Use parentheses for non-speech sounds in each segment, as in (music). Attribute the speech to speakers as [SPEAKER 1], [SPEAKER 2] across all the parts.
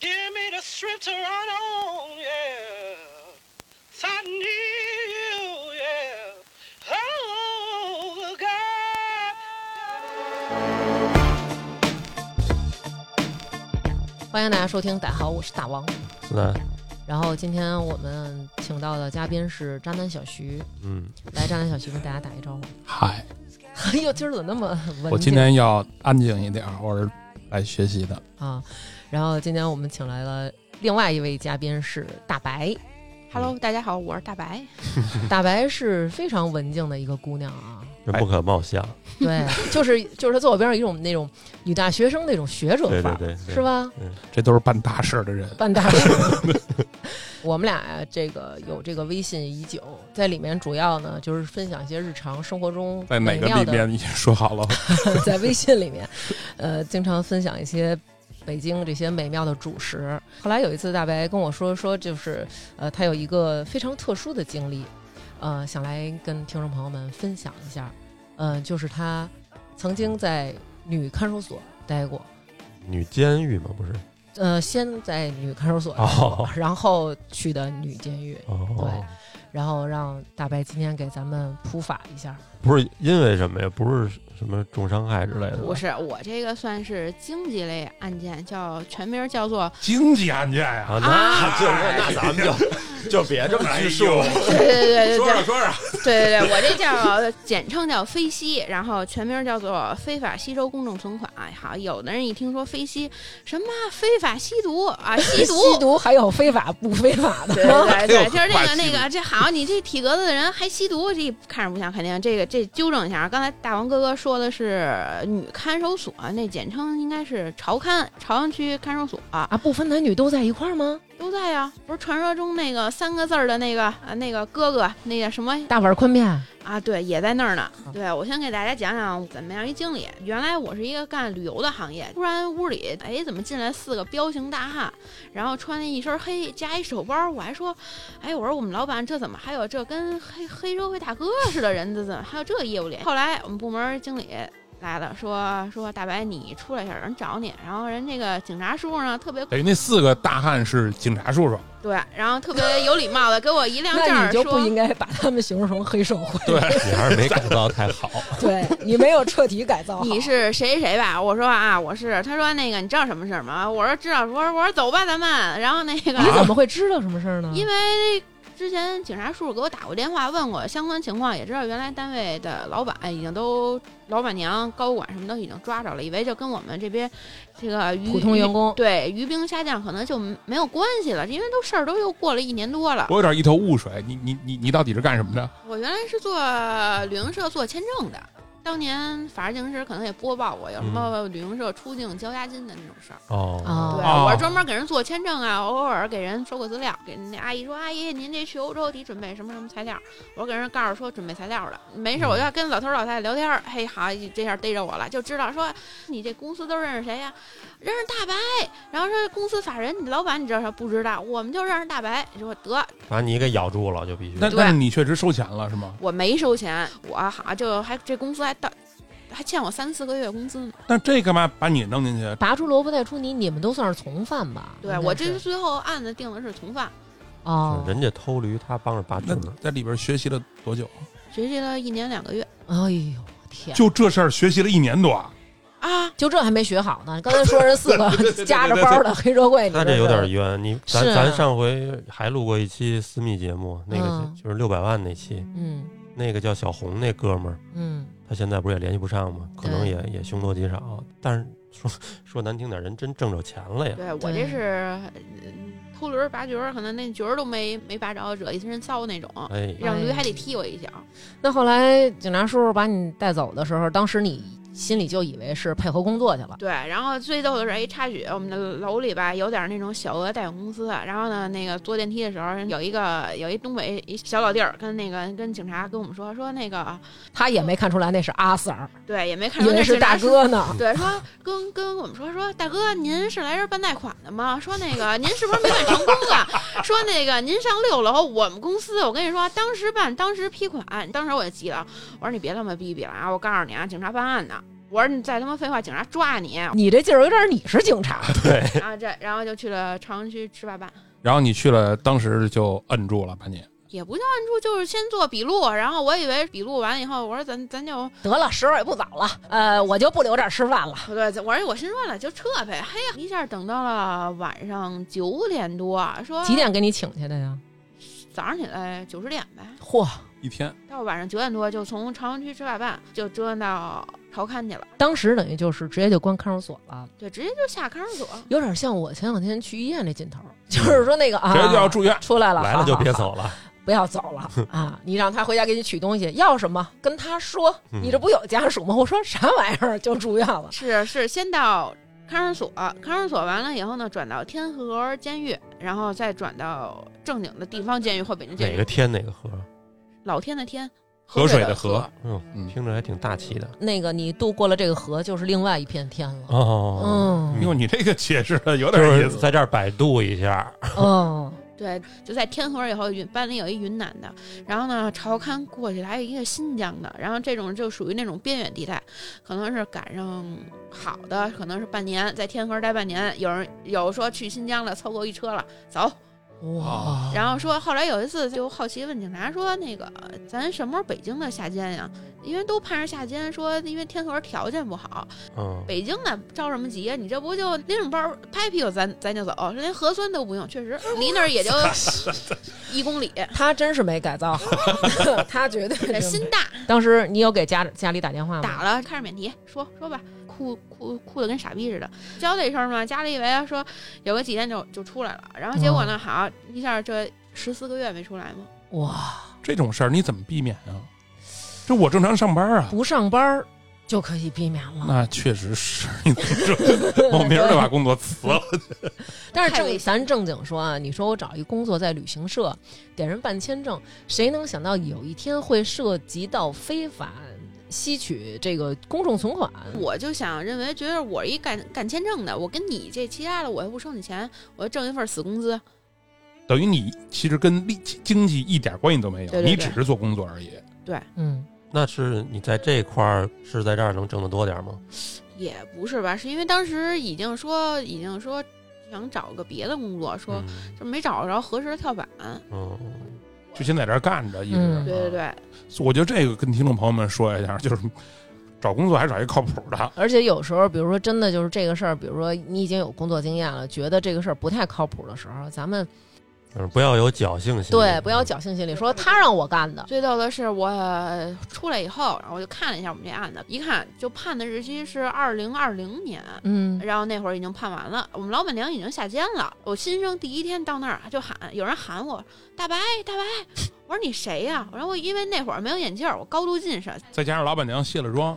[SPEAKER 1] Give me the strength to run on, yeah. 'Cause I need you, yeah. Oh, God.
[SPEAKER 2] 欢迎大家收听，大家好，我是大王。
[SPEAKER 3] 是的，
[SPEAKER 2] 然后今天我们请到的嘉宾是渣男小徐，
[SPEAKER 3] 嗯，
[SPEAKER 2] 来，渣男小徐跟大家打一招呼。
[SPEAKER 4] 嗨，
[SPEAKER 2] (laughs) 哎呦，今儿怎么那么文静？
[SPEAKER 4] 我今天要安静一点儿，我是来学习的。
[SPEAKER 2] (laughs) 啊，然后今天我们请来了另外一位嘉宾是大
[SPEAKER 3] (laughs)
[SPEAKER 2] 白，
[SPEAKER 5] Hello，大家好，我是大白。
[SPEAKER 2] 大白是非常文静的一个姑娘啊，
[SPEAKER 3] 人不可貌相，
[SPEAKER 2] 对，就是 (laughs) 就是她坐我边上有一种那种女大学生那种学者
[SPEAKER 3] 对
[SPEAKER 2] 范
[SPEAKER 3] 对
[SPEAKER 2] 儿，
[SPEAKER 3] 对，对
[SPEAKER 2] 是？吧？
[SPEAKER 4] 这都是办大事的人，
[SPEAKER 2] 办大
[SPEAKER 4] (laughs)
[SPEAKER 2] 事。 (laughs) 我们俩这个有这个微信已久，在里面主要呢就是分享一些日常生活中
[SPEAKER 4] 在哪
[SPEAKER 2] 美
[SPEAKER 4] 个
[SPEAKER 2] 妙
[SPEAKER 4] 里
[SPEAKER 2] 的，
[SPEAKER 4] 面已经说好了，
[SPEAKER 2] (laughs) 在微信里面，呃，经常分享一些。北京这些美妙的主食。后来有一次，大白跟我说说，就是呃，他有一个非常特殊的经历，呃，想来跟听众朋友们分享一下。嗯、呃，就是他曾经在女看守所待过，
[SPEAKER 3] 女监狱嘛，不是？
[SPEAKER 2] 呃，先在女看守所，
[SPEAKER 4] 啊
[SPEAKER 3] 哦
[SPEAKER 2] 然后去的女监狱，
[SPEAKER 3] 哦，
[SPEAKER 2] 然后让大白今天给咱们普法一下。
[SPEAKER 3] 不是因为什么呀？不是什么重伤害之类的吧，
[SPEAKER 5] 不是，我这个算是经济类案件，叫全名
[SPEAKER 4] (laughs)
[SPEAKER 5] 叫做
[SPEAKER 4] 经济案件呀、
[SPEAKER 3] 啊， (laughs) 那就那咱们就就别这么去说了，
[SPEAKER 5] 对对对对对对
[SPEAKER 4] 说说，
[SPEAKER 5] 对对，我这叫简称叫非吸，然后全名叫做非法吸收公众存款。哎，好，有的人一听说非吸，什么非法吸毒啊，吸毒。
[SPEAKER 2] (laughs) 吸毒还有非法不非法的
[SPEAKER 5] (laughs) 对
[SPEAKER 2] 吗？
[SPEAKER 5] 对
[SPEAKER 4] (laughs) 哎
[SPEAKER 5] 对，
[SPEAKER 4] 呦
[SPEAKER 5] 就是这
[SPEAKER 4] 法
[SPEAKER 5] 个
[SPEAKER 4] 吸
[SPEAKER 5] 那个，这好，你这体格子的人还吸毒，这看着不像，肯定这个这纠正一下啊。刚才大王哥哥说的是女看守所，那简称应该是朝看朝阳区看守所、
[SPEAKER 2] 啊，不分男女都在一块儿吗？
[SPEAKER 5] 都在呀、不是传说中那个三个字儿的那个呃那个哥哥，那个什么
[SPEAKER 2] 大碗宽面
[SPEAKER 5] 啊，对，也在那儿呢
[SPEAKER 2] 啊。
[SPEAKER 5] 对我先给大家讲讲怎么样一经理。原来我是一个干旅游的行业，突然屋里哎怎么进来四个彪形大汉，然后穿一身黑加一手包，我还说，哎我说我们老板这怎么还有这跟黑黑社会大哥似的人，这怎么还有这业务脸？后来我们部门经理。来了，说说大白，你出来一下，有人找你。然后人那个警察叔叔呢，特别
[SPEAKER 4] 等于那四个大汉是警察叔叔，
[SPEAKER 5] 对，然后特别有礼貌的给我一辆证
[SPEAKER 2] 那
[SPEAKER 5] 儿
[SPEAKER 2] 你就不
[SPEAKER 5] 说
[SPEAKER 2] 应，该把他们形容成黑社会。
[SPEAKER 4] 对，
[SPEAKER 3] 你还是没改造太好，
[SPEAKER 2] (laughs) 对你没有彻底改 (laughs) 造好
[SPEAKER 5] 你是谁谁谁吧？我说啊，我是。他说那个你知道什么事儿吗？我说知道。我说我说走吧，咱们。然后那个，
[SPEAKER 2] 你怎么会知道什么事儿呢？
[SPEAKER 5] 因为之前警察叔叔给我打过电话，问过相关情况，也知道原来单位的老板已经都老板娘、高管什么都已经抓着了，以为就跟我们这边这个鱼
[SPEAKER 2] 普通员工
[SPEAKER 5] 对鱼兵虾将可能就没有关系了，因为都事儿都又过了一年多了。
[SPEAKER 4] 我有点一头雾水。你你你你到底是干什么的？
[SPEAKER 5] 我原来是做旅行社做签证的，当年法制进行时可能也播报过，有什么旅行社出境交押金的那种事儿。
[SPEAKER 3] 哦，
[SPEAKER 5] 对，
[SPEAKER 2] 啊，
[SPEAKER 4] 哦
[SPEAKER 5] 我是专门给人做签证啊，偶尔给人收个资料，给那阿姨说：“阿姨，您这去欧洲得准备什么什么材料？”我给人告诉说准备材料了，没事，
[SPEAKER 3] 嗯
[SPEAKER 5] 我就要跟老头老太太聊天儿。嘿，好，这下逮着我了，就知道说你这公司都认识谁呀、认识大白。然后说公司法人，你老板你知道啥？不知道，我们就认识大白。说得
[SPEAKER 3] 把你给咬住了，就必须
[SPEAKER 4] 但
[SPEAKER 5] 对
[SPEAKER 4] 但是你确实收钱了是吗？
[SPEAKER 5] 我没收钱，我好
[SPEAKER 2] 嗯
[SPEAKER 5] 就还这公司还到还欠我三四个月工资呢。
[SPEAKER 4] 那这干嘛把你弄进去？
[SPEAKER 2] 拔出萝卜带出泥，你们都算是从犯吧？
[SPEAKER 5] 对
[SPEAKER 2] 应该
[SPEAKER 5] 我这
[SPEAKER 2] 是
[SPEAKER 5] 最后案子定的是从犯，
[SPEAKER 2] 哦，
[SPEAKER 3] 人家偷驴，他帮着拔
[SPEAKER 4] 那
[SPEAKER 3] 腿呢。
[SPEAKER 4] 在里边学习了多久？
[SPEAKER 5] 学习了一年两个月
[SPEAKER 2] 哎呦天，
[SPEAKER 4] 就这事儿学习了一年多啊，
[SPEAKER 5] 啊。
[SPEAKER 2] 就这还没学好呢。刚才说人四
[SPEAKER 3] (laughs)
[SPEAKER 2] 个夹着包的黑社会，你
[SPEAKER 3] 那这
[SPEAKER 2] 是
[SPEAKER 3] 有点冤，你咱
[SPEAKER 2] 是啊
[SPEAKER 3] 咱上回还录过一期私密节目，那个
[SPEAKER 2] 嗯
[SPEAKER 3] 就是六百万那期，
[SPEAKER 2] 嗯
[SPEAKER 3] 那个叫小红那哥们儿，
[SPEAKER 2] 嗯，
[SPEAKER 3] 他现在不是也联系不上吗？可能
[SPEAKER 2] 对
[SPEAKER 3] 也也凶多吉少，但是说说难听点，人真挣着钱了呀。
[SPEAKER 5] 对我
[SPEAKER 2] 对
[SPEAKER 5] 这是呃偷驴儿拔角儿，可能那角儿都没没拔着，惹一身骚那种，
[SPEAKER 2] 嗯
[SPEAKER 3] 哎，
[SPEAKER 5] 让驴还得踢我一脚。
[SPEAKER 2] 那后来警察叔叔把你带走的时候，当时你心里就以为是配合工作去了。
[SPEAKER 5] 对，然后最逗的是，一哎插曲，我们的楼里吧有点那种小额贷款公司，啊然后呢，那个坐电梯的时候，有一个有一东北一小老弟儿跟那个跟警察跟我们说说那个，
[SPEAKER 2] 他也没看出来那是阿 Sir，
[SPEAKER 5] 对，也没看
[SPEAKER 2] 以
[SPEAKER 5] 出
[SPEAKER 2] 为
[SPEAKER 5] 那
[SPEAKER 2] 是
[SPEAKER 5] 警察
[SPEAKER 2] 大
[SPEAKER 5] 叔
[SPEAKER 2] 哥呢。
[SPEAKER 5] 对，说跟跟我们说说，大哥，您是来这儿办贷款的吗？说那个您是不是没办成功啊？ (laughs) 说那个您上六楼，我们公司，我跟你说，当时办，当时批款，当时我就急了，我说你别他妈逼逼了啊！我告诉你啊，警察办案呢。我说你再他妈废话，警察抓
[SPEAKER 2] (laughs)
[SPEAKER 5] 你！
[SPEAKER 2] 你这劲儿有点儿你是警察，
[SPEAKER 5] 然后这，然后就去了朝阳区执法办，
[SPEAKER 4] 然后你去了，当时就摁住了，把你
[SPEAKER 5] 也不叫摁住，就是先做笔录。然后我以为笔录完了以后，我说咱咱就
[SPEAKER 2] (laughs) 得了，时候也不早了，呃，我就不留这儿吃饭了。
[SPEAKER 5] 不对，我说我心说了就撤呗。嘿，一下等到了晚上九点多，说
[SPEAKER 2] 几？点给你请去的呀？
[SPEAKER 5] 早上起来九十点呗。
[SPEAKER 2] 嚯，
[SPEAKER 4] 一天
[SPEAKER 5] 到晚上九点多就从朝阳区执法办就折腾到朝看去了，
[SPEAKER 2] 当时等于就是直接就关看守所了，
[SPEAKER 5] 对，直接就下看守所。
[SPEAKER 2] 有点像我前两天去医院那劲头儿，就是说那个啊，
[SPEAKER 4] 直接就要住院，
[SPEAKER 2] 出来了，
[SPEAKER 3] 来了就别
[SPEAKER 2] 好好好 (laughs)
[SPEAKER 3] 走了，
[SPEAKER 2] 不要走了啊！你让他回家给你取东西，要什么跟他说。
[SPEAKER 3] 嗯
[SPEAKER 2] 你这不有家属吗？我说啥玩意儿就住院了。
[SPEAKER 5] 是是，先到看守所，看守所完了以后呢，转到天河监狱，然后再转到正经的地方监狱或北京监
[SPEAKER 3] 哪
[SPEAKER 5] 狱
[SPEAKER 3] 个。天哪个河，
[SPEAKER 5] 老天的天，
[SPEAKER 4] 河水的
[SPEAKER 5] 河
[SPEAKER 4] 河，
[SPEAKER 3] 嗯，
[SPEAKER 4] 嗯，
[SPEAKER 3] 听着还挺大气的。
[SPEAKER 2] 那个你渡过了这个河，就是另外一片天了。
[SPEAKER 3] 哦，
[SPEAKER 2] 嗯
[SPEAKER 4] 哟，你这个解释的有
[SPEAKER 3] 就
[SPEAKER 4] 点意
[SPEAKER 3] 是
[SPEAKER 4] 思，
[SPEAKER 3] 在这儿百度一下，
[SPEAKER 2] 嗯，
[SPEAKER 5] 对，就在天河以后，云班里有一云南的，然后呢，朝刊过去还有一个新疆的，然后这种就属于那种边远地带，可能是赶上好的，可能是半年在天河待半年，有人有说去新疆了，凑够一车了，走。
[SPEAKER 2] 哇
[SPEAKER 4] 哦，
[SPEAKER 5] 然后说后来有一次就好奇问警察说，那个咱什么时候北京的下监呀？因为都盼着下监，说因为天河条件不好，
[SPEAKER 3] 嗯，
[SPEAKER 5] 北京的着什么急呀？你这不就拎着包拍屁股咱咱就走，连核酸都不用，确实离那儿也就一公里。
[SPEAKER 2] 他真是没改造
[SPEAKER 4] (laughs)
[SPEAKER 2] 好，他绝对
[SPEAKER 5] 这
[SPEAKER 2] 是。
[SPEAKER 5] 心大，
[SPEAKER 2] 当时你有给家家里打电话吗？
[SPEAKER 5] 打了，看着免提，说说吧，哭哭哭的跟傻逼似的，交代一声嘛。家里以为说有个几天就就出来了，然后结果呢，好一下这十四个月没出来嘛。
[SPEAKER 2] 哇，
[SPEAKER 4] 这种事儿你怎么避免啊？这我正常上班啊，
[SPEAKER 2] 不上班儿就可以避免了。
[SPEAKER 4] 那确实是，你怎么说？我明儿就把工作辞了。
[SPEAKER 2] 但是
[SPEAKER 5] 太危
[SPEAKER 2] 正
[SPEAKER 5] 险
[SPEAKER 2] 咱正经说啊，你说我找一工作在旅行社给人办签证，谁能想到有一天会涉及到非法吸取这个公众存款？
[SPEAKER 5] 我就想认为，觉得我一干干签证的，我跟你这期待了，我又不收你钱，我就挣一份死工资。
[SPEAKER 4] 等于你其实跟利经济一点关系都没有，
[SPEAKER 5] 对对
[SPEAKER 4] 你
[SPEAKER 5] 对
[SPEAKER 4] 只是做工作而已。
[SPEAKER 2] 嗯，
[SPEAKER 3] 那是你在这块儿是在这儿能挣得多点儿吗？
[SPEAKER 5] 也不是吧，是因为当时已经说已经说想找个别的工作，说
[SPEAKER 3] 嗯
[SPEAKER 5] 就没找着合适的跳板。
[SPEAKER 3] 嗯，
[SPEAKER 4] 就先在这儿干着，一直。
[SPEAKER 2] 嗯
[SPEAKER 5] 对对对，
[SPEAKER 4] 所以我觉得这个跟听众朋友们说一下，就是找工作还是找一靠谱的。
[SPEAKER 2] 而且有时候，比如说真的就是这个事儿，比如说你已经有工作经验了，觉得这个事儿不太靠谱的时候，咱们
[SPEAKER 3] 就是嗯不要有侥幸心理，
[SPEAKER 2] 对不要侥幸心理，说他让我干的，
[SPEAKER 5] 最逗的是，我出来以后，然后我就看了一下我们这案子，一看就判的日期是二零二零年，
[SPEAKER 2] 嗯，
[SPEAKER 5] 然后那会儿已经判完了，我们老板娘已经下监了。我新生第一天到那儿就喊，有人喊我大白大白， (laughs) 我说你谁呀、然后我因为那会儿没有眼镜儿，我高度近视，
[SPEAKER 4] 再加上老板娘卸了妆，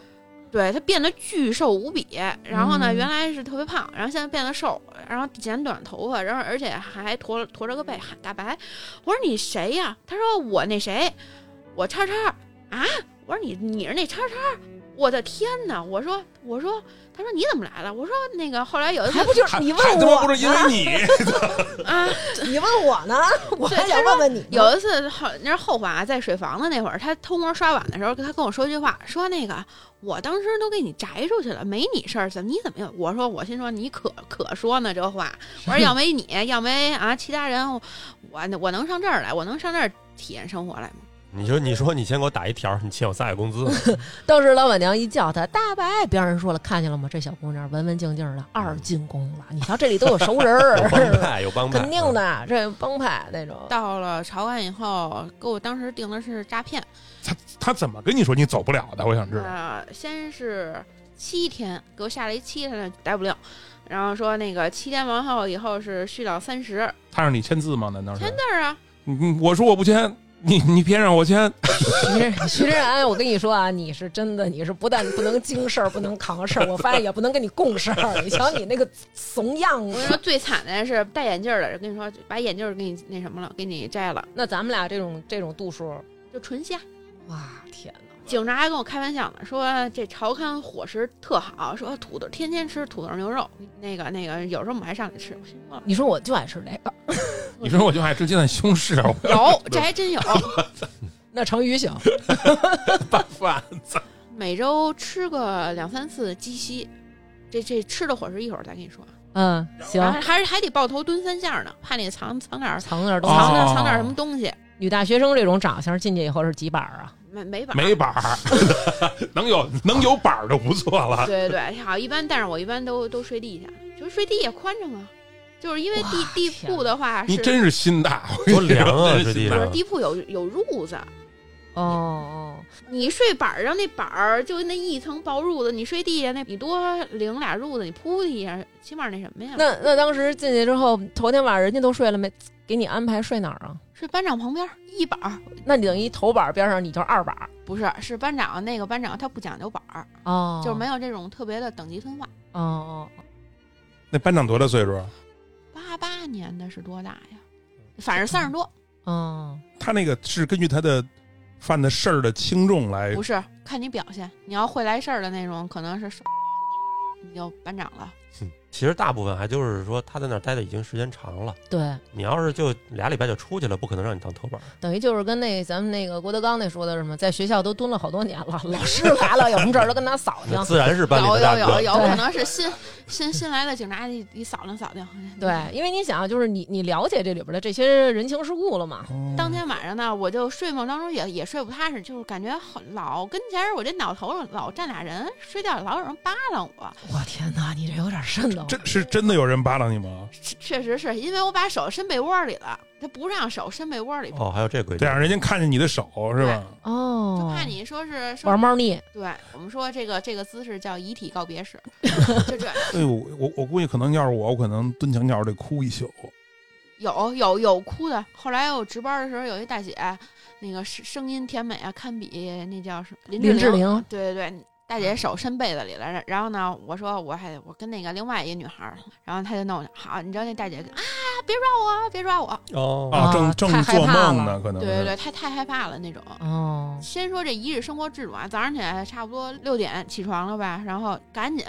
[SPEAKER 5] 对他变得巨瘦无比。然后呢，
[SPEAKER 2] 嗯
[SPEAKER 5] 原来是特别胖，然后现在变得瘦，然后剪短头发，然后而且还驼驼着个背喊大白。我说你谁呀、他说我那谁，我叉叉啊。我说你你是那叉叉。我的天哪！我说我说，他说你怎么来了？我说那个后来有一次
[SPEAKER 2] 还不就是
[SPEAKER 4] 还
[SPEAKER 2] 你问
[SPEAKER 4] 还他妈
[SPEAKER 2] 我
[SPEAKER 4] 不是因为你，
[SPEAKER 5] 啊，
[SPEAKER 2] 你问我 (laughs) 呢，我
[SPEAKER 5] 对
[SPEAKER 2] 还想
[SPEAKER 5] 他说
[SPEAKER 2] 问问你呢，
[SPEAKER 5] 有一次后那是后话啊，在水房子那会儿，他偷摸刷碗的时候，他跟我说句话，说那个我当时都给你摘出去了，没你事儿，怎么你怎么又？我说我心说你可可说呢这话，我说要没你，要没啊其他人，我我能上这儿来，我能上这儿体验生活来吗？
[SPEAKER 3] 你说你说你先给我打一条，你欠我仨
[SPEAKER 2] (laughs)
[SPEAKER 3] 月工资，
[SPEAKER 2] 当时老板娘一叫他大白，别让人说了，看见了吗？这小姑娘文文静静的，二进宫了。你瞧这里都有熟人
[SPEAKER 4] (laughs)
[SPEAKER 3] 有帮
[SPEAKER 2] 儿，
[SPEAKER 3] 哎派有帮
[SPEAKER 2] (laughs)
[SPEAKER 3] 派，
[SPEAKER 2] 肯定的，这帮派那种。
[SPEAKER 5] 到了潮安以后，给我当时定的是诈骗，
[SPEAKER 4] 他怎么跟你说你走不了的？我想知道。
[SPEAKER 5] 呃，先是七天，给我下了一七天的逮捕令，然后说那个七天完后以后是续到三十，
[SPEAKER 4] 他让你签字吗？难道是
[SPEAKER 5] 签？字儿啊。
[SPEAKER 4] 嗯我说我不签，你你偏让我签，
[SPEAKER 2] 徐志徐志安，我跟你说啊，你是真的，你是不但不能经事儿，不能扛事儿，我发现也不能跟你共事儿。你瞧你那个怂样啊子
[SPEAKER 5] 我跟你。说，最惨的是戴眼镜儿的，跟你说把眼镜儿给你那什么了，给你摘了，
[SPEAKER 2] (laughs) 那咱们俩这种这种度数，
[SPEAKER 5] 就纯瞎。
[SPEAKER 2] 哇天哪！
[SPEAKER 5] 警察还跟我开玩笑呢，说这朝刊伙食特好，说土豆天天吃土豆牛肉，那个那个，有时候我们还上去吃。我心说
[SPEAKER 2] 你说我就爱吃这个，
[SPEAKER 4] 你说我就爱吃鸡蛋西红柿，我
[SPEAKER 5] 有，这还真有。
[SPEAKER 2] 那成鱼行。
[SPEAKER 4] 拌饭。
[SPEAKER 5] 嗯每周吃个两三次鸡西。这这吃的伙食一会儿再跟你说，
[SPEAKER 2] (laughs) 嗯，行，
[SPEAKER 5] 还还是还得抱头蹲三下呢，怕你藏藏点儿
[SPEAKER 2] 藏那儿都
[SPEAKER 4] 哦
[SPEAKER 5] 藏
[SPEAKER 2] 藏。
[SPEAKER 5] 点儿藏点儿什么东西，
[SPEAKER 2] 女大学生这种长相进去以后是几板儿啊？
[SPEAKER 5] 没没法
[SPEAKER 4] (laughs)
[SPEAKER 5] 儿。
[SPEAKER 4] 没板儿，能有能有板儿就不错
[SPEAKER 5] (laughs)
[SPEAKER 4] 了。
[SPEAKER 5] 对对对，好，一般，但是我一般都都睡地下，就是睡地也宽敞啊，就是因为
[SPEAKER 2] 哇
[SPEAKER 5] 地地
[SPEAKER 2] 天
[SPEAKER 5] 铺的话
[SPEAKER 4] 你
[SPEAKER 5] 是，
[SPEAKER 4] 真是心大，
[SPEAKER 3] 多凉啊
[SPEAKER 4] 真是
[SPEAKER 3] 这地
[SPEAKER 4] 心大
[SPEAKER 5] 不
[SPEAKER 3] 方
[SPEAKER 5] 是地铺有有褥子，
[SPEAKER 2] 哦哦，
[SPEAKER 5] 你睡板儿上那板儿就那一层薄褥子，你睡地下那你多领俩褥子，你铺地下，起码那什么呀？
[SPEAKER 2] 那那当时进去之后，头天晚上人家都睡了没？给你安排睡哪儿啊？
[SPEAKER 5] 是班长旁边儿一板儿，
[SPEAKER 2] 那你等于头板儿边上你就是二板儿
[SPEAKER 5] 不是是班长那个班长他不讲究板儿，
[SPEAKER 2] 哦
[SPEAKER 5] 就是没有这种特别的等级分化。
[SPEAKER 2] 哦哦哦
[SPEAKER 4] 那班长多大岁数啊？
[SPEAKER 5] 八八年的是多大呀？
[SPEAKER 2] 嗯
[SPEAKER 5] 反正三十多，
[SPEAKER 2] 哦，
[SPEAKER 4] 他那个是根据他的犯的事儿的轻重来
[SPEAKER 5] 不是看你表现，你要会来事儿的那种，可能是受你就班长了。
[SPEAKER 3] 其实大部分还就是说他在那儿待的已经时间长了，
[SPEAKER 2] 对，
[SPEAKER 3] 你要是就俩礼拜就出去了，不可能让你当头板儿。
[SPEAKER 5] 啊
[SPEAKER 2] 等于就是跟那咱们那个郭德纲那说的什么，在学校都蹲了好多年 (laughs) 了，老师来了有什么事儿都跟他 (laughs) 扫听
[SPEAKER 3] 那。自然是班里
[SPEAKER 5] 有
[SPEAKER 3] 的大
[SPEAKER 5] 有有
[SPEAKER 3] 哥。
[SPEAKER 5] 有，
[SPEAKER 2] 对
[SPEAKER 5] 可能是新新新来的警察，你你扫量扫量。
[SPEAKER 2] 对，因为你想，啊就是你你了解这里边的这些人情世故了嘛？
[SPEAKER 4] 哦
[SPEAKER 5] 当天晚上呢，我就睡梦当中也也睡不踏实，就是感觉好老跟前儿，我这脑头上老站俩人，睡觉老有人扒拉我，
[SPEAKER 2] 我天哪，你这有点瘆得慌。
[SPEAKER 4] 真是真的有人扒拉你吗？
[SPEAKER 5] 确确实是因为我把手伸被窝里了，他不让手伸被窝里，
[SPEAKER 3] 哦，还有这规矩
[SPEAKER 4] 得，让人家看见你的手是吧？
[SPEAKER 5] 就
[SPEAKER 2] 哦，
[SPEAKER 5] 怕你说是说
[SPEAKER 2] 玩猫腻。
[SPEAKER 5] 对我们说这个这个姿势叫遗体告别式， (laughs) 就这
[SPEAKER 4] 哎呦，我我估计可能要是我，我可能蹲墙角得哭一宿。
[SPEAKER 5] 有有有哭的。后来我值班的时候，有一大姐，那个声声音甜美啊，堪比那叫什么林
[SPEAKER 2] 林
[SPEAKER 5] 志
[SPEAKER 2] 志
[SPEAKER 5] 玲。
[SPEAKER 2] 玲
[SPEAKER 5] 对对对，大姐手伸被子里了。然然后呢，我说我还我跟那个另外一女孩儿，然后她就弄好，你知道那大姐啊，别抓我，别抓我。
[SPEAKER 3] 哦，
[SPEAKER 4] 啊，
[SPEAKER 2] 啊
[SPEAKER 4] 正
[SPEAKER 2] 太
[SPEAKER 4] 正
[SPEAKER 2] 害
[SPEAKER 4] 做
[SPEAKER 2] 怕
[SPEAKER 4] 梦
[SPEAKER 2] 了
[SPEAKER 4] 呢，可能是
[SPEAKER 5] 对对对，她太害怕了那种。
[SPEAKER 2] 哦，
[SPEAKER 5] 先说这一日生活制度啊，早上起来差不多六点起床了吧，然后赶紧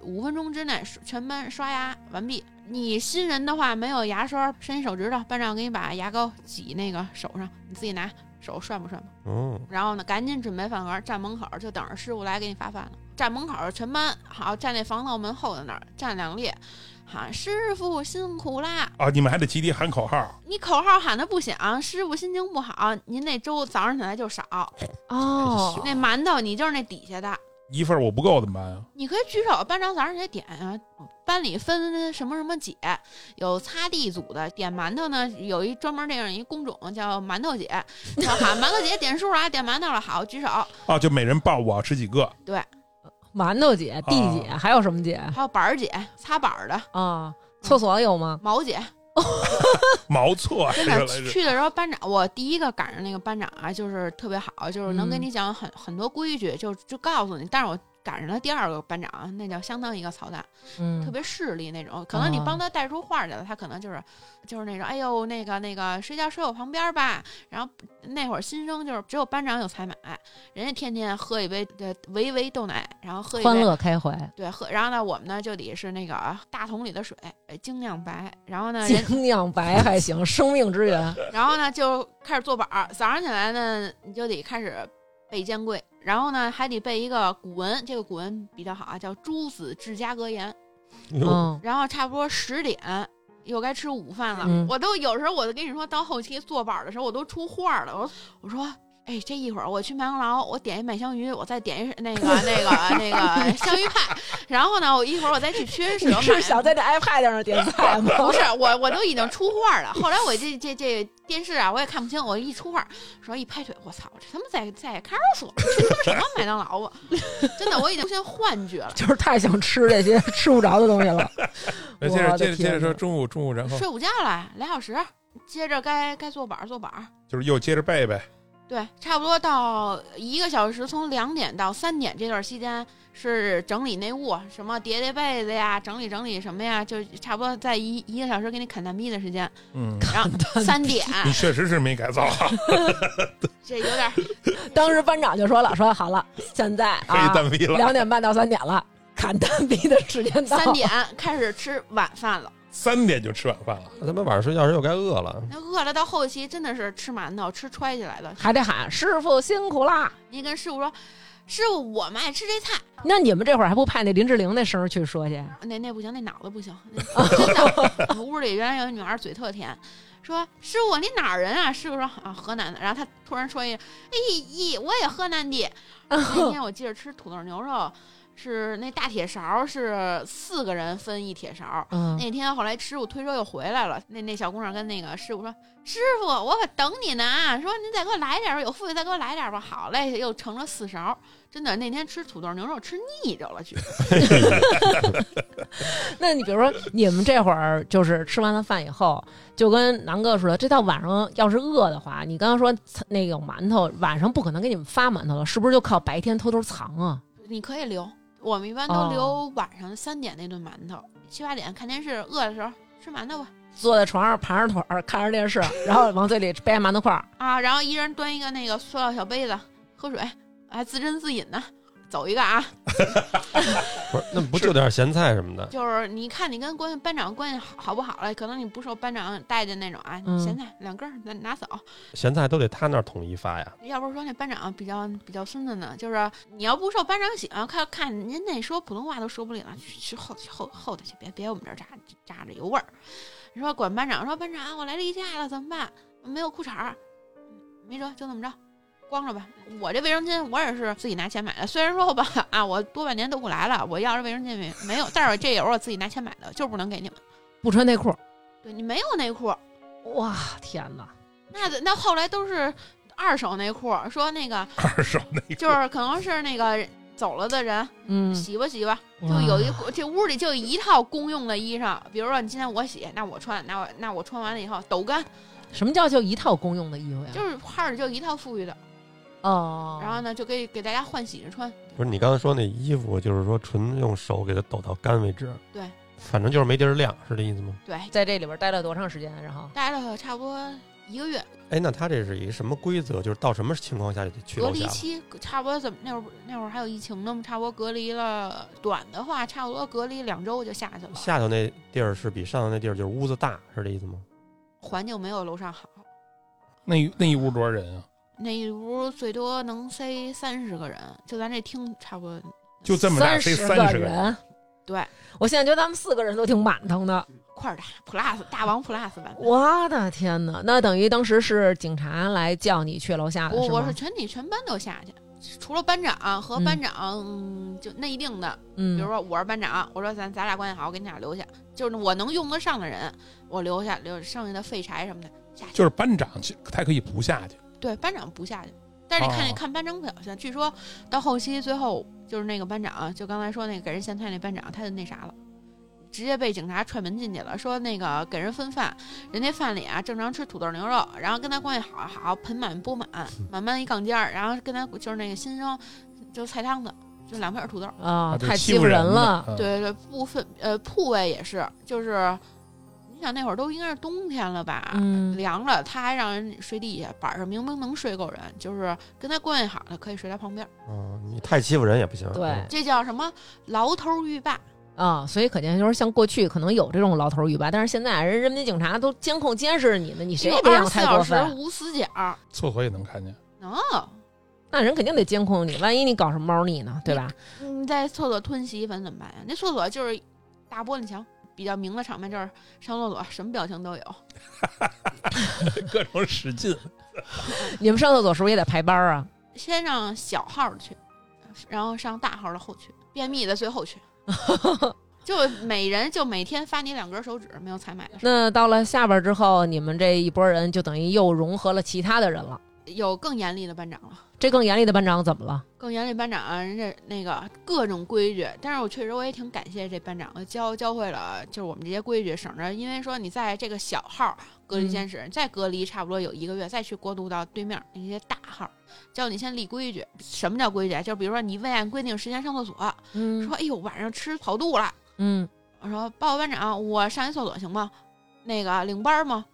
[SPEAKER 5] 五分钟之内全班刷牙完毕。你新人的话没有牙刷，伸一手指头，班长给你把牙膏挤那个手上，你自己拿手涮吧涮吧。
[SPEAKER 3] 嗯，
[SPEAKER 5] 然后呢，赶紧准备饭盒，站门口就等着师傅来给你发饭了。站门口，全班好站那防盗门后头那儿站两列，喊师傅辛苦啦！
[SPEAKER 4] 啊，你们还得集体喊口号，
[SPEAKER 5] 你口号喊的不响，师傅心情不好，您那粥早上起来就少。
[SPEAKER 2] 哦，
[SPEAKER 5] 那馒头你就是那底下的，
[SPEAKER 4] 一份儿我不够怎么办啊呀？
[SPEAKER 5] 你可以举手，班长早上起来点啊。班里分什么什么姐，有擦地组的，点馒头呢，有一专门这样一工种叫馒头姐，然后喊馒头姐点数啊，点馒头了，好举手。
[SPEAKER 4] 啊，就每人报我吃几个， (laughs)
[SPEAKER 2] 馒头姐、地姐，还有什么姐
[SPEAKER 5] 还有板儿姐，擦板儿的，嗯
[SPEAKER 2] 啊？厕所有吗？
[SPEAKER 5] 毛姐，
[SPEAKER 4] 毛错 (laughs)
[SPEAKER 5] 真
[SPEAKER 4] 原来
[SPEAKER 5] 的
[SPEAKER 4] 是
[SPEAKER 5] 去的时候，班长我第一个赶上那个班长啊，就是特别好，就是能跟你讲很、很多规矩，就就告诉你。但是我赶上他第二个班长，啊那叫相当一个操蛋。
[SPEAKER 2] 嗯，
[SPEAKER 5] 特别势利那种。可能你帮他带出话来了，他可能就是就是那种，哎呦，那个那个，睡觉睡我旁边吧。然后那会儿新生就是只有班长有采买，人家天天喝一杯呃维维豆奶，然后喝一
[SPEAKER 2] 欢
[SPEAKER 5] 杯。
[SPEAKER 2] 乐开怀，
[SPEAKER 5] 对，喝，然后呢，我们呢就得是那个啊大桶里的水，哎精酿白，然
[SPEAKER 2] (laughs)
[SPEAKER 5] 后呢，人，
[SPEAKER 2] 精酿白还行，生命之源。
[SPEAKER 5] 然后呢就开始做板儿。早上起来呢，你就得开始背监规，然后呢还得背一个古文，这个古文比较好啊，叫《朱子治家格言》。
[SPEAKER 3] 哟
[SPEAKER 2] 嗯，
[SPEAKER 5] 然后差不多十点又该吃午饭了。
[SPEAKER 2] 嗯
[SPEAKER 5] 我都有时候我都跟你说，到后期做板儿的时候，我都出画儿了。我我说。哎，这一会儿我去麦当劳，我点一麦香鱼，我再点一那个那个那个香鱼派， (laughs) 然后呢，我一会儿我再去屈臣氏
[SPEAKER 2] 你
[SPEAKER 5] 我买
[SPEAKER 2] 是想在这 iPad 上点菜 (laughs) 吗？
[SPEAKER 5] 不是我，我都已经出画了。后来我这这这电视啊，我也看不清。我一出画，说一拍腿，我操，这他妈在在看守所，这他妈什么麦当劳啊！ (laughs) 真的，我已经出现幻觉了。
[SPEAKER 2] 就是太想吃这些 (laughs) 吃不着的东西了。
[SPEAKER 4] 哎
[SPEAKER 2] 我
[SPEAKER 4] 接着
[SPEAKER 2] 的
[SPEAKER 4] 接着接
[SPEAKER 2] 天
[SPEAKER 4] 着说
[SPEAKER 2] 哪
[SPEAKER 4] 中午中午，然后
[SPEAKER 5] 睡午觉了，俩小时，接着该该做板儿做板儿。
[SPEAKER 4] 就是又接着背呗。
[SPEAKER 5] 对，差不多到一个小时，从两点到三点这段期间是整理内务，什么叠叠被子呀，整理整理什么呀，就差不多在一一个小时给你砍蛋逼的时间。
[SPEAKER 2] (laughs)
[SPEAKER 4] 嗯，
[SPEAKER 5] 然后三点，
[SPEAKER 4] 你确实是没改造
[SPEAKER 2] 啊
[SPEAKER 4] 好，
[SPEAKER 5] 这有点儿
[SPEAKER 2] 当时班长就说了，说好了，现在
[SPEAKER 4] 可
[SPEAKER 2] 啊
[SPEAKER 4] 以，蛋逼了。
[SPEAKER 2] 两点半到三点了，砍蛋逼的时间到。
[SPEAKER 5] 三点开始吃晚饭了。
[SPEAKER 4] 三点就吃晚饭了， (laughs)
[SPEAKER 3] 那他妈晚上睡觉时又该饿了。
[SPEAKER 5] 那饿了到后期真的是吃馒头吃揣起来的。
[SPEAKER 2] 还得喊师傅辛苦啦。
[SPEAKER 5] 你跟师傅说，是我们爱吃这菜。
[SPEAKER 6] 那你们这会儿还不派那林志玲那声儿去说
[SPEAKER 2] 啊
[SPEAKER 6] 去？
[SPEAKER 5] 那那不行，那脑子不行，那真
[SPEAKER 2] (laughs)
[SPEAKER 5] 的。我们屋里原来有个女孩嘴特甜，说师傅你哪儿人啊？师傅说啊河南的。然后她突然说一句，哎咦咦，我也河南的。那天我记着吃土豆牛肉，是那大铁勺是四个人分一铁勺。
[SPEAKER 6] 嗯，
[SPEAKER 5] 那天后来师傅推车又回来了，那那小姑娘跟那个师傅说：“师傅，我可等你呢，啊说您再给我来点儿吧，有富裕再给我来点儿吧。”好嘞，又盛了四勺。真的，那天吃土豆牛肉吃腻着
[SPEAKER 2] (laughs)
[SPEAKER 5] 了，去。
[SPEAKER 2] 那你比如说，你们这会儿就是吃完了饭以后，就跟南哥似的，这到晚上要是饿的话，你刚刚说那有馒头，晚上不可能给你们发馒头了，是不是就靠白天偷偷藏啊？
[SPEAKER 5] 你可以留，我们一般都
[SPEAKER 2] 哦
[SPEAKER 5] 留晚上三点那顿馒头，七八点看电视，饿的时候吃馒头吧。
[SPEAKER 2] 坐在床上盘着腿儿看着电视，然后往嘴里掰馒头块儿，
[SPEAKER 5] 啊，然后一人端一个那个塑料小杯子喝水，还自斟自饮呢。走一个啊，
[SPEAKER 3] 不是，那不就点咸菜什么的？
[SPEAKER 5] 就是你看你跟关班长关系好好不好了，可能你不受班长待见那种啊，
[SPEAKER 2] 嗯
[SPEAKER 5] 咸菜两根儿拿拿走。
[SPEAKER 3] 咸菜都得他那儿统一发呀。
[SPEAKER 5] 要不是说那班长比较比较孙子呢，就是你要不受班长喜欢，看看您那说普通话都说不利了，去去后去后后头去，别别我们这儿扎扎着油味儿。你说管班长说班长，我来例假了怎么办？没有裤衩儿，没辙，就那么着，光着吧。我这卫生巾我也是自己拿钱买的，虽然说吧啊，我多半年都不来了，我要是卫生巾没没有，但是这也是我自己拿钱买的，就是不能给你们。
[SPEAKER 2] 不穿内裤。
[SPEAKER 5] 对你没有内裤，
[SPEAKER 2] 哇，天哪！
[SPEAKER 5] 那得那后来都是二手内裤，说那个
[SPEAKER 4] 二手那个
[SPEAKER 5] 就是可能是那个走了的人
[SPEAKER 2] 嗯，
[SPEAKER 5] 洗吧洗吧，就
[SPEAKER 2] 哇
[SPEAKER 5] 有一这屋里就有一套公用的衣裳，比如说你今天我洗，那我穿，那我那我穿完了以后抖干，
[SPEAKER 2] 嗯什么叫就一套公用的衣服呀？
[SPEAKER 5] 就是号里就一套富裕的，
[SPEAKER 2] 哦，
[SPEAKER 5] 然后呢就给给大家换洗着穿，
[SPEAKER 3] 不是你刚才说那衣服，就是说纯用手给它抖到干为止。
[SPEAKER 5] 对，
[SPEAKER 3] 反正就是没地儿晾，是这意思吗？
[SPEAKER 5] 对，
[SPEAKER 2] 在这里边待了多长时间？然后
[SPEAKER 5] 待了差不多一个月，
[SPEAKER 3] 哎，那他这是一什么规则？就是到什么情况下就得去
[SPEAKER 5] 隔
[SPEAKER 3] 楼
[SPEAKER 5] 离
[SPEAKER 3] 下了？
[SPEAKER 5] 期差不多怎么那会儿那会儿还有疫情呢嘛，差不多隔离了短的话差不多隔离两周就下去了，
[SPEAKER 3] 下头那地儿是比上头那地儿就是屋子大，是这意思吗？
[SPEAKER 5] 环境没有楼上好，
[SPEAKER 4] 那一那一屋多少人啊？
[SPEAKER 5] 那一屋最多能塞三十个人，就咱这厅差不多。
[SPEAKER 4] 就这么大
[SPEAKER 2] 三
[SPEAKER 4] 塞
[SPEAKER 2] 十
[SPEAKER 4] 三十个人，
[SPEAKER 2] 人，
[SPEAKER 5] 对
[SPEAKER 2] 我现在觉得咱们四个人都挺满腾的。
[SPEAKER 5] 块儿大 plus 大王 plus 版本。
[SPEAKER 2] 我的天哪！那等于当时是警察来叫你去楼下的
[SPEAKER 5] 我我
[SPEAKER 2] 吗
[SPEAKER 5] 是全体全班都下去，除了班长和班长、嗯就内定的，比
[SPEAKER 2] 嗯，
[SPEAKER 5] 如说我是班长，我说咱咱俩关系好，我给你俩留下，就是我能用得上的人，我留下留剩下的废柴什么的下去。
[SPEAKER 4] 就是班长去，他可以不下去。
[SPEAKER 5] 对，班长不下去，但是你看、
[SPEAKER 4] 哦
[SPEAKER 5] 看班长表现，据说到后期最后就是那个班长，就刚才说那个给人咸菜那班长，他就那啥了。直接被警察踹门进去了，说那个给人分饭，人家饭里啊正常吃土豆牛肉，然后跟他关系好好盆满钵满，满满一杠尖儿，然后跟他就是那个新生就菜汤子，就两片土豆，
[SPEAKER 2] 啊，
[SPEAKER 4] 就
[SPEAKER 2] 太
[SPEAKER 4] 欺
[SPEAKER 2] 负
[SPEAKER 4] 人
[SPEAKER 2] 了。。
[SPEAKER 4] 嗯，
[SPEAKER 5] 对对，部分呃铺位也是，就是你想那会儿都应该是冬天了吧，
[SPEAKER 2] 嗯
[SPEAKER 5] 凉了，他还让人睡地下，板上明明能睡够人，就是跟他关系好的可以睡他旁边，
[SPEAKER 3] 嗯，你太欺负人也不行。
[SPEAKER 2] 对
[SPEAKER 5] 这叫什么牢头狱霸？
[SPEAKER 2] 啊，所以可见就是像过去可能有这种牢头狱吧，但是现在人人民警察都监控监视着你呢，你谁也别想
[SPEAKER 5] 二十四
[SPEAKER 2] 太过
[SPEAKER 5] 小时
[SPEAKER 2] 分。嗯
[SPEAKER 5] 无死角，
[SPEAKER 4] 厕所也能看见。
[SPEAKER 5] 能、
[SPEAKER 2] 那人肯定得监控你，万一你搞什么猫腻呢，对吧？
[SPEAKER 5] 你在厕所吞洗衣粉怎么办呀？那厕所就是大玻璃墙。比较明的场面就是上厕所，什么表情都有。
[SPEAKER 4] 各种使劲，
[SPEAKER 2] 你们上厕所是不是也得排班啊？
[SPEAKER 5] 先让小号的去，然后上大号的后去，便秘的最
[SPEAKER 2] (laughs)
[SPEAKER 5] 后去。就每人就每天发你两根手指，没有采买的时
[SPEAKER 2] 那到了下边之后，你们这一波人就等于又融合了其他的人了。
[SPEAKER 5] 候，有更严厉的班长了。
[SPEAKER 2] 这更严厉的班长怎么了？
[SPEAKER 5] 更严厉班长、啊人家那个各种规矩，但是我确实我也挺感谢这班长，教教会了就是我们这些规矩，省着因为说你在这个小号
[SPEAKER 2] 嗯
[SPEAKER 5] 隔离监室、再隔离差不多有一个月，再去过渡到对面那些大号，教你先立规矩。什么叫规矩啊？就比如说你未按规定时间上厕所，
[SPEAKER 2] 嗯
[SPEAKER 5] 说哎呦晚上吃跑肚了，
[SPEAKER 2] 嗯，
[SPEAKER 5] 我说报告班长，我上一厕所行吗？那个领班吗？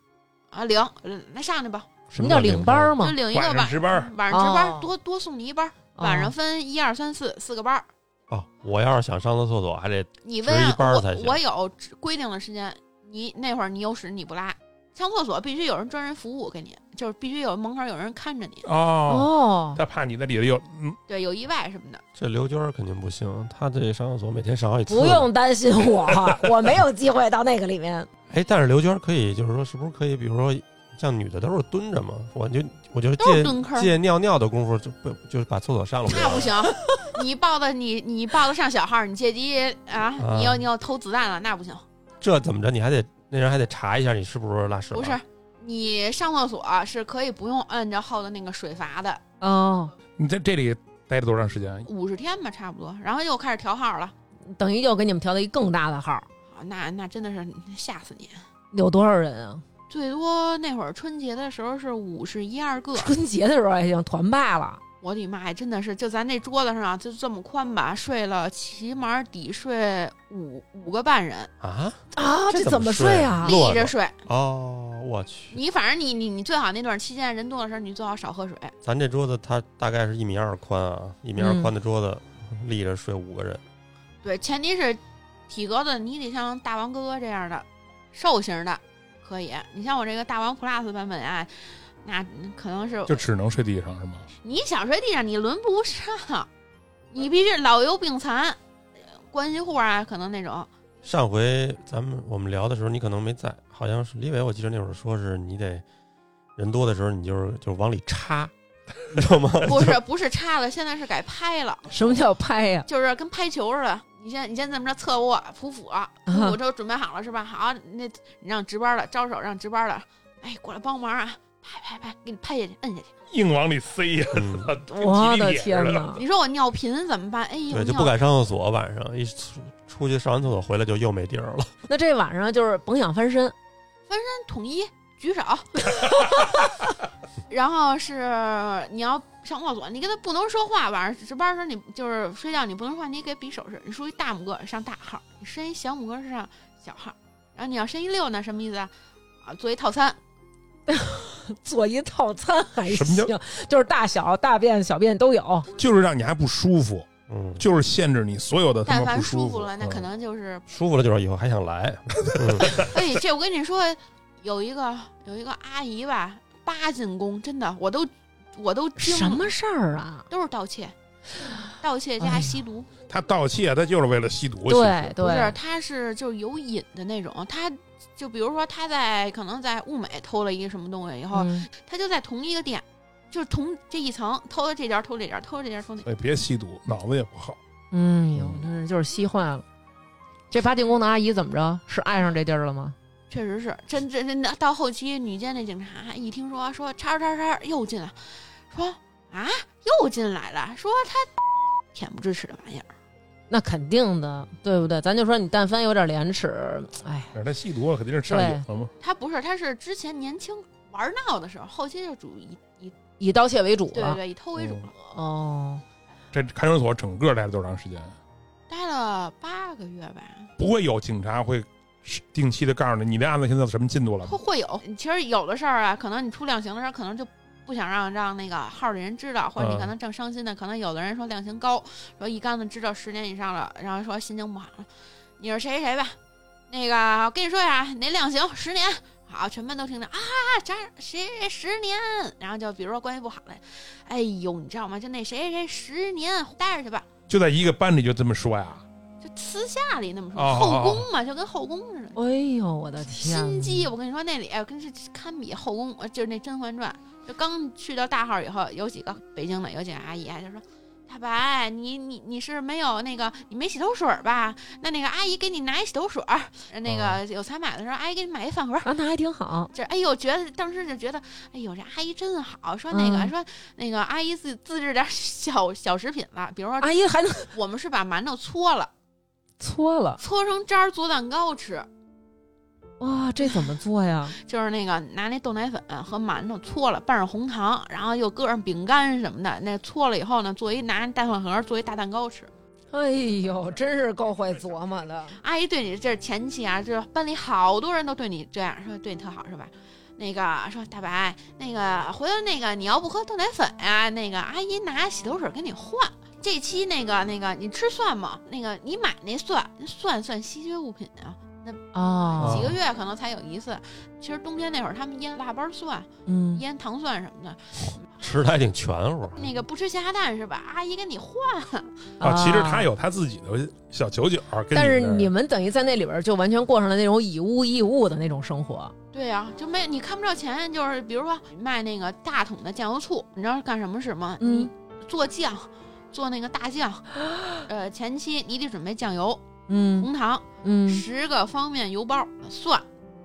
[SPEAKER 5] 啊，领，嗯那上去吧，
[SPEAKER 2] 什么叫领班儿
[SPEAKER 3] 儿？
[SPEAKER 2] 嘛
[SPEAKER 5] 就？领一个
[SPEAKER 4] 晚
[SPEAKER 5] 晚
[SPEAKER 4] 上值班儿，
[SPEAKER 5] 晚上值班，
[SPEAKER 2] 哦
[SPEAKER 5] 多多送你一班儿。
[SPEAKER 2] 啊
[SPEAKER 5] 晚上分一二三四四个班儿，
[SPEAKER 3] 哦，我要是想上个厕所，还得
[SPEAKER 5] 你
[SPEAKER 3] 值
[SPEAKER 5] 问
[SPEAKER 3] 一班儿才
[SPEAKER 5] 我
[SPEAKER 3] 行
[SPEAKER 5] 我有指规定的时间，你那会儿你有屎你不拉，上厕所必须有人专人服务给你，就是必须有门口有人看着你，
[SPEAKER 4] 哦，
[SPEAKER 2] 哦，
[SPEAKER 4] 他怕你在里头有，嗯，
[SPEAKER 5] 对，有意外什么的。
[SPEAKER 3] 这刘娟儿肯定不行，她这上厕所每天上好几次。
[SPEAKER 6] 不用担心
[SPEAKER 2] (laughs)
[SPEAKER 6] 我，我没有机会到那个里面。
[SPEAKER 3] 哎，但是刘娟儿可以，就是说，是不是可以，比如说，像女的都是蹲着嘛，我就我就
[SPEAKER 5] 都是
[SPEAKER 3] 借
[SPEAKER 5] 蹲坑儿
[SPEAKER 3] 借尿尿的功夫就不就是把厕所上了。
[SPEAKER 5] 那不行， (laughs) 你抱的你你抱得上小号，你借机啊，你要你要偷子弹了，那不行。
[SPEAKER 3] 这怎么着？你还得那人还得查一下你是不是拉屎了。
[SPEAKER 5] 不是，你上厕所是可以不用按照号的那个水阀的，
[SPEAKER 2] 哦，
[SPEAKER 4] 你在这里待了多长时间？
[SPEAKER 5] 五十天吧，差不多。然后又开始调号了，
[SPEAKER 2] 等于又给你们调到一更大的号，
[SPEAKER 5] 啊那那真的是吓死你。
[SPEAKER 2] 有多少人啊？
[SPEAKER 5] 最多那会儿春节的时候是五十一二个，
[SPEAKER 2] 春节的时候还行，团拜了。
[SPEAKER 5] 我的妈呀，真的是就咱这桌子上啊就这么宽吧，睡了起码得睡五五个半人，
[SPEAKER 3] 啊，
[SPEAKER 2] 啊，
[SPEAKER 3] 这
[SPEAKER 2] 这
[SPEAKER 3] 怎
[SPEAKER 2] 怎
[SPEAKER 3] 么
[SPEAKER 2] 么
[SPEAKER 3] 睡
[SPEAKER 2] 睡啊？
[SPEAKER 3] 啊
[SPEAKER 5] 立着睡。
[SPEAKER 3] 哦，我去，
[SPEAKER 5] 你反正你你你最好那段期间人多的时候，你最好少喝水。
[SPEAKER 3] 咱这桌子它大概是一米二宽啊，一米二
[SPEAKER 2] 嗯
[SPEAKER 3] 宽的桌子，立着睡五个人。
[SPEAKER 5] 对，前提是体格子，你得像大王哥哥这样的瘦型的可以。你像我这个大王 Plus 版本啊，那可能是
[SPEAKER 4] 就只能睡地上是吗？
[SPEAKER 5] 你想睡地上，你轮不上，你必须老幼病残，关系户啊，可能那种。
[SPEAKER 3] 上回咱们我们聊的时候，你可能没在，好像是李伟，我记得那会儿说是你得人多的时候，你就是就是往里插，你知道
[SPEAKER 5] (laughs)
[SPEAKER 3] 吗？
[SPEAKER 5] 不是不是差了，现在是改拍了，
[SPEAKER 2] 什么叫拍呀？
[SPEAKER 5] 就是跟拍球似的。你先你先这么着侧卧匍匐，匍匐之后准备好了是吧？好，那你让值班的招手，让值班的，哎，过来帮忙啊！拍拍拍，给你拍下去，摁下去。
[SPEAKER 4] 硬往里塞呀！
[SPEAKER 3] 嗯
[SPEAKER 4] 操
[SPEAKER 2] 我的天！
[SPEAKER 4] 跟吉利铁似的
[SPEAKER 2] 哪！
[SPEAKER 5] 你说我尿频怎么办？哎呦，
[SPEAKER 3] 对，就
[SPEAKER 5] 尿
[SPEAKER 3] 不敢上厕所，晚上一出出去上完厕所回来就又没地儿了。
[SPEAKER 2] 那这晚上就是甭想翻身，
[SPEAKER 5] 统一举手， (laughs) 然后是你要上厕所，你跟他不能说话，晚上值班的时候你就是睡觉你不能说话，你给比手势，你竖一大拇哥上大号，你伸一小拇哥上小号，然后你要伸一溜呢，什么意思啊？啊，做一套餐，
[SPEAKER 2] 做一套餐还
[SPEAKER 4] 什么
[SPEAKER 2] 行
[SPEAKER 4] 叫，
[SPEAKER 2] 就是大小、大便、小便都有。
[SPEAKER 4] 就是让你还不舒服，
[SPEAKER 3] 嗯，
[SPEAKER 4] 就是限制你所有的他
[SPEAKER 5] 但
[SPEAKER 4] 妈
[SPEAKER 5] 凡
[SPEAKER 4] 不
[SPEAKER 5] 舒
[SPEAKER 4] 服
[SPEAKER 5] 了，那
[SPEAKER 4] 嗯
[SPEAKER 5] 可能就是，
[SPEAKER 3] 舒服了就是以后还想来。嗯
[SPEAKER 5] 哎，这我跟你说，有一个有一个阿姨吧，八进宫，真的，我都我都惊了
[SPEAKER 2] 什么事儿啊？
[SPEAKER 5] 都是盗窃，盗窃
[SPEAKER 2] 哎
[SPEAKER 5] 加
[SPEAKER 2] 呀
[SPEAKER 5] 吸毒。
[SPEAKER 4] 他盗窃，他就是为了吸毒。
[SPEAKER 2] 对
[SPEAKER 5] 不是，
[SPEAKER 4] 嗯
[SPEAKER 2] 对，
[SPEAKER 5] 他是就是有瘾的那种，他就比如说他在可能在物美偷了一个什么东西以后，
[SPEAKER 2] 嗯
[SPEAKER 5] 他就在同一个店，就是同这一层偷了这家偷这家偷了这家偷那家，
[SPEAKER 4] 哎，别吸毒，脑子也不好。
[SPEAKER 2] 嗯呦，真是就是稀坏了。这八进宫的阿姨怎么着？是爱上这地儿了吗？
[SPEAKER 5] 确实是真真真的。到后期女监那警察一听说说叉叉叉又进来，说啊又进来了，说他恬不知耻的玩意儿。
[SPEAKER 2] 那肯定的，对不对？咱就说你但凡有点廉耻，哎，
[SPEAKER 4] 但是他吸毒了肯定是上瘾了嘛。
[SPEAKER 5] 他不是，他是之前年轻玩闹的时候，后期就主以以
[SPEAKER 2] 以盗窃为主
[SPEAKER 5] 对对
[SPEAKER 2] 了。
[SPEAKER 5] 对以偷为主
[SPEAKER 4] 嗯
[SPEAKER 5] 了，
[SPEAKER 2] 哦，
[SPEAKER 4] 这看守所整个待了多长时间？
[SPEAKER 5] 待了八个月吧。
[SPEAKER 4] 不会有警察会定期的告诉你，你的案子现在什么进度了
[SPEAKER 5] 会？会有。其实有的事儿啊，可能你出量刑的时候，可能就不想让让那个号里人知道，或者你
[SPEAKER 4] 嗯
[SPEAKER 5] 可能正伤心呢，可能有的人说量刑高，说一竿子知道十年以上了，然后说心情不好了，你是谁谁吧？那个我跟你说呀，你那量刑十年。好，全班都听着啊，这谁十年，然后就比如说关系不好了，哎呦，你知道吗？就那谁谁谁十年待着去吧，
[SPEAKER 4] 就在一个班里就这么说呀？
[SPEAKER 5] 就私下里那么说，
[SPEAKER 4] 哦
[SPEAKER 5] 后宫嘛，就跟后宫似的。
[SPEAKER 2] 哎呦，我的天！
[SPEAKER 5] 心机，我跟你说，那里哎跟这堪比后宫，呃就是那《甄嬛传》。就刚去到大号以后，有几个北京的，有几个阿姨啊，就说：“大白，你你你是没有那个，你没洗头水儿吧？那那个阿姨给你拿一洗头水儿，那个有采买的时候，阿姨给你买一饭盒儿。”
[SPEAKER 2] 啊，那还挺好。
[SPEAKER 5] 这哎呦，觉得当时就觉得，哎呦，这阿姨真好。说那个、
[SPEAKER 2] 嗯
[SPEAKER 5] 说那个阿姨自自制点儿小小食品了，比如说
[SPEAKER 2] 阿姨还能
[SPEAKER 5] 我们是把馒头搓了，
[SPEAKER 2] 搓了，
[SPEAKER 5] 搓成渣儿做蛋糕吃，
[SPEAKER 2] 哇，这怎么做呀？
[SPEAKER 5] 就是那个拿那豆奶粉和馒头搓了，拌上红糖，然后又搁上饼干什么的。那搓了以后呢，做一拿大饭盒做一大蛋糕吃。
[SPEAKER 2] 哎呦，真是够会琢磨的。
[SPEAKER 5] 阿姨对你这是前期啊，就是班里好多人都对你这样说，对你特好是吧？那个说大白，那个回头那个你要不喝豆奶粉啊，那个阿姨拿洗头水给你换。这期那个那个你吃蒜吗？那个你买那蒜，蒜算稀缺物品啊。他
[SPEAKER 2] 哦
[SPEAKER 6] 啊
[SPEAKER 5] 几个月可能才有一次。其实冬天那会儿他们腌腊八蒜、
[SPEAKER 6] 嗯，
[SPEAKER 5] 腌糖蒜什么的，
[SPEAKER 3] 吃的还挺全乎。
[SPEAKER 5] 那个不吃咸鸭蛋是吧？阿姨给你换，
[SPEAKER 4] 啊，其实他有他自己的小九九儿，跟
[SPEAKER 2] 但是
[SPEAKER 4] 这儿
[SPEAKER 2] 你们等于在那里边儿就完全过上了那种以物易物的那种生活，
[SPEAKER 5] 对啊，就没你看不着钱，就是比如说卖那个大桶的酱油醋，你知道是干什么使吗？
[SPEAKER 2] 嗯
[SPEAKER 5] 你做酱，做那个大
[SPEAKER 2] (gasps)
[SPEAKER 5] 酱，呃，前期你得准备酱油、
[SPEAKER 2] 嗯
[SPEAKER 5] 红糖、
[SPEAKER 2] 嗯，
[SPEAKER 5] 十个方便油包、蒜、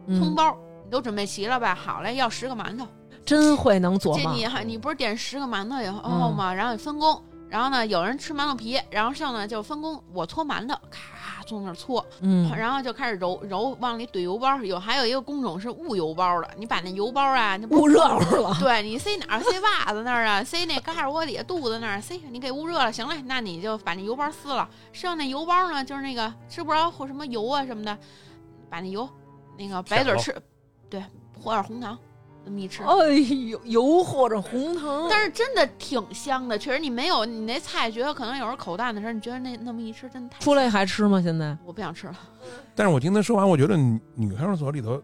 [SPEAKER 5] 葱包，你都准备齐了吧？好嘞，要十个馒头，
[SPEAKER 2] 真会能琢
[SPEAKER 5] 这
[SPEAKER 2] 磨
[SPEAKER 5] 你还你不是点十个馒头以
[SPEAKER 2] 嗯
[SPEAKER 5] 后吗？然后你分工，然后呢，有人吃馒头皮，然后剩呢就分工，我搓馒头，咔坐那儿搓，
[SPEAKER 2] 嗯
[SPEAKER 5] 然后就开始揉揉，往里怼油包。有还有一个工种是捂油包的，你把那油包啊，那不
[SPEAKER 6] 捂热乎
[SPEAKER 2] (laughs)
[SPEAKER 6] 了，
[SPEAKER 5] (laughs) 对你塞哪儿？塞袜子那儿啊， (laughs) 塞那胳肢窝里、肚子那儿，塞你给捂热了。行了，那你就把那油包撕了，剩那油包呢，就是那个吃不着或什么油啊什么的，把那油那个白嘴
[SPEAKER 3] 了
[SPEAKER 5] 吃，对，和点红糖，那么一吃。
[SPEAKER 2] 哎呦，油和着红糖，
[SPEAKER 5] 但是真的挺香的，确实你没有你那菜，觉得可能有时候口淡的时候，你觉得那那么一吃真的太
[SPEAKER 2] 出
[SPEAKER 5] 香
[SPEAKER 2] 来还吃吗？现在
[SPEAKER 5] 了，我不想吃了。
[SPEAKER 4] 但是我听他说完，我觉得女女看守所里头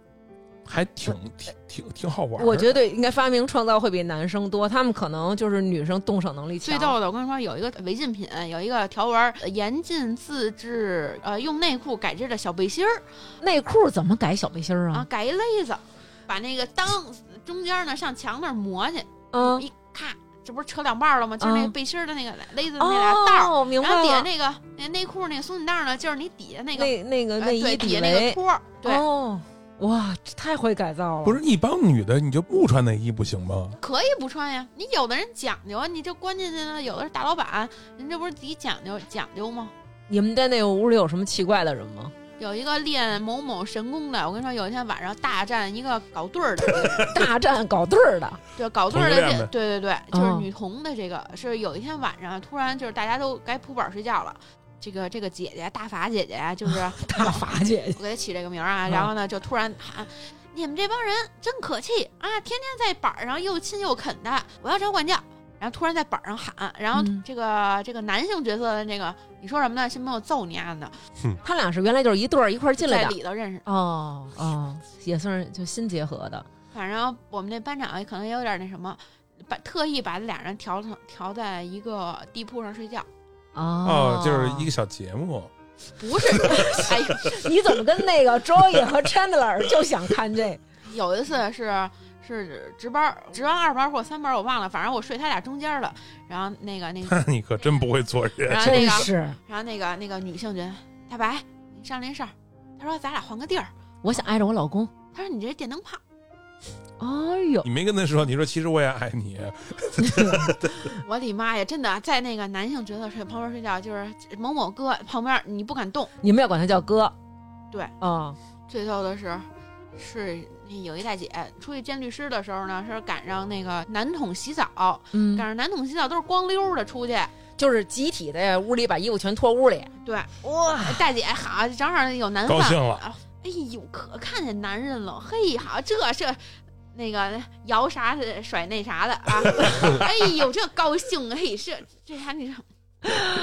[SPEAKER 4] 还挺挺挺挺好玩
[SPEAKER 2] 嗯
[SPEAKER 4] 儿。
[SPEAKER 2] 我觉得应该发明创造会比男生多，他们可能就是女生动手能力强。
[SPEAKER 5] 最逗的，我跟你说，有一个违禁品，有一个条文儿，严禁自制，呃，用内裤改制的小背心儿
[SPEAKER 2] 内裤怎么改小背心儿
[SPEAKER 5] 啊
[SPEAKER 2] 啊？，
[SPEAKER 5] 改一勒子，把那个裆中间呢向墙那儿磨去，
[SPEAKER 2] 嗯，
[SPEAKER 5] 一咔，这不是扯两半儿了吗？就是那个
[SPEAKER 2] 嗯
[SPEAKER 5] 背心儿的那个勒子那俩带儿，
[SPEAKER 2] 哦，明
[SPEAKER 5] 然后
[SPEAKER 2] 白
[SPEAKER 5] 底下
[SPEAKER 2] 了。
[SPEAKER 5] 那个那内裤那个松紧带儿呢，就是你底下那个
[SPEAKER 2] 那那个
[SPEAKER 5] 呃
[SPEAKER 2] 内
[SPEAKER 5] 对
[SPEAKER 2] 衣
[SPEAKER 5] 底下那个
[SPEAKER 2] 围，
[SPEAKER 5] 托儿，对，
[SPEAKER 2] 哦，哇，这太会改造了。
[SPEAKER 4] 不是一帮女的，你就不穿内衣不行吗？
[SPEAKER 5] 可以不穿呀。你有的人讲究啊，你这关键的有的是大老板，人这不是自己讲究讲究吗？
[SPEAKER 2] 你们在那个屋里有什么奇怪的人吗？
[SPEAKER 5] 有一个练某某神功的，我跟你说，有一天晚上大战一个搞对
[SPEAKER 4] (laughs)
[SPEAKER 5] 儿的，
[SPEAKER 6] 大战搞对儿的，
[SPEAKER 5] 对，搞对儿的
[SPEAKER 4] 同性恋
[SPEAKER 5] 这，
[SPEAKER 4] 呗
[SPEAKER 5] 对对对，就是
[SPEAKER 2] 哦
[SPEAKER 5] 女童的这个，是有一天晚上突然就是大家都该铺板儿睡觉了，这个这个姐姐大法姐姐
[SPEAKER 2] (laughs)
[SPEAKER 5] 啊就是
[SPEAKER 6] 大法姐
[SPEAKER 5] 我给她起这个名儿
[SPEAKER 2] 嗯
[SPEAKER 5] 啊，然后呢就突然喊。你们这帮人真可气啊！天天在板儿上又亲又啃的，我要找管教。然后突然在板儿上喊，然后
[SPEAKER 2] 嗯
[SPEAKER 5] 这个、这个男性角色的这个你说什么呢？信不信我揍你丫的呢？
[SPEAKER 2] 他俩是原来就是一对儿一块儿进来的。
[SPEAKER 5] 在里头认识，
[SPEAKER 2] 哦哦，也算是就新结合的。
[SPEAKER 5] 反正我们那班长也可能也有点那什么，把特意把俩人调成调在一个地铺上睡觉，
[SPEAKER 2] 哦，
[SPEAKER 4] 就是一个小节目， (laughs)
[SPEAKER 5] 不是，哎，
[SPEAKER 6] 你怎么跟那个 Joey 和 Chandler 就想看这
[SPEAKER 5] 有一次是是值班儿，值完二班或三班我忘了，反正我睡他俩中间了，然后那个
[SPEAKER 4] (laughs)
[SPEAKER 5] 那个，
[SPEAKER 4] 那你可真不会做人。
[SPEAKER 5] 然后那
[SPEAKER 6] 真
[SPEAKER 5] 个
[SPEAKER 6] 是
[SPEAKER 5] 然后那个那个女性觉得大白，你上来一事儿，他说咱俩换个地儿，
[SPEAKER 2] 我想爱着我老公。
[SPEAKER 5] 他说你这电灯泡，
[SPEAKER 2] 哎 (laughs) 呦，
[SPEAKER 4] 你没跟他说，你说其实我也爱你，
[SPEAKER 2] 嗯
[SPEAKER 5] 我的妈呀，真的在那个男性角色睡旁边睡觉，就是某某哥旁边你不敢动。
[SPEAKER 2] 你们要管他叫哥。
[SPEAKER 5] 对
[SPEAKER 2] 啊、哦，
[SPEAKER 5] 最逗的是，是那有一大姐出去见律师的时候呢，是赶上那个男桶洗澡，
[SPEAKER 2] 嗯
[SPEAKER 5] 赶，上男桶洗澡都是光溜儿的出去。
[SPEAKER 2] 就是集体在屋里把衣服全脱屋里。
[SPEAKER 5] 对，
[SPEAKER 2] 哇，
[SPEAKER 5] 大姐好，正好有男
[SPEAKER 4] 高
[SPEAKER 5] 犯
[SPEAKER 4] 兴，了，
[SPEAKER 5] 哎呦，可看见男人了，嘿，好这这。那个摇啥的甩那啥的
[SPEAKER 4] (laughs)
[SPEAKER 5] 啊，哎呦，这高兴，嘿，这这还你说，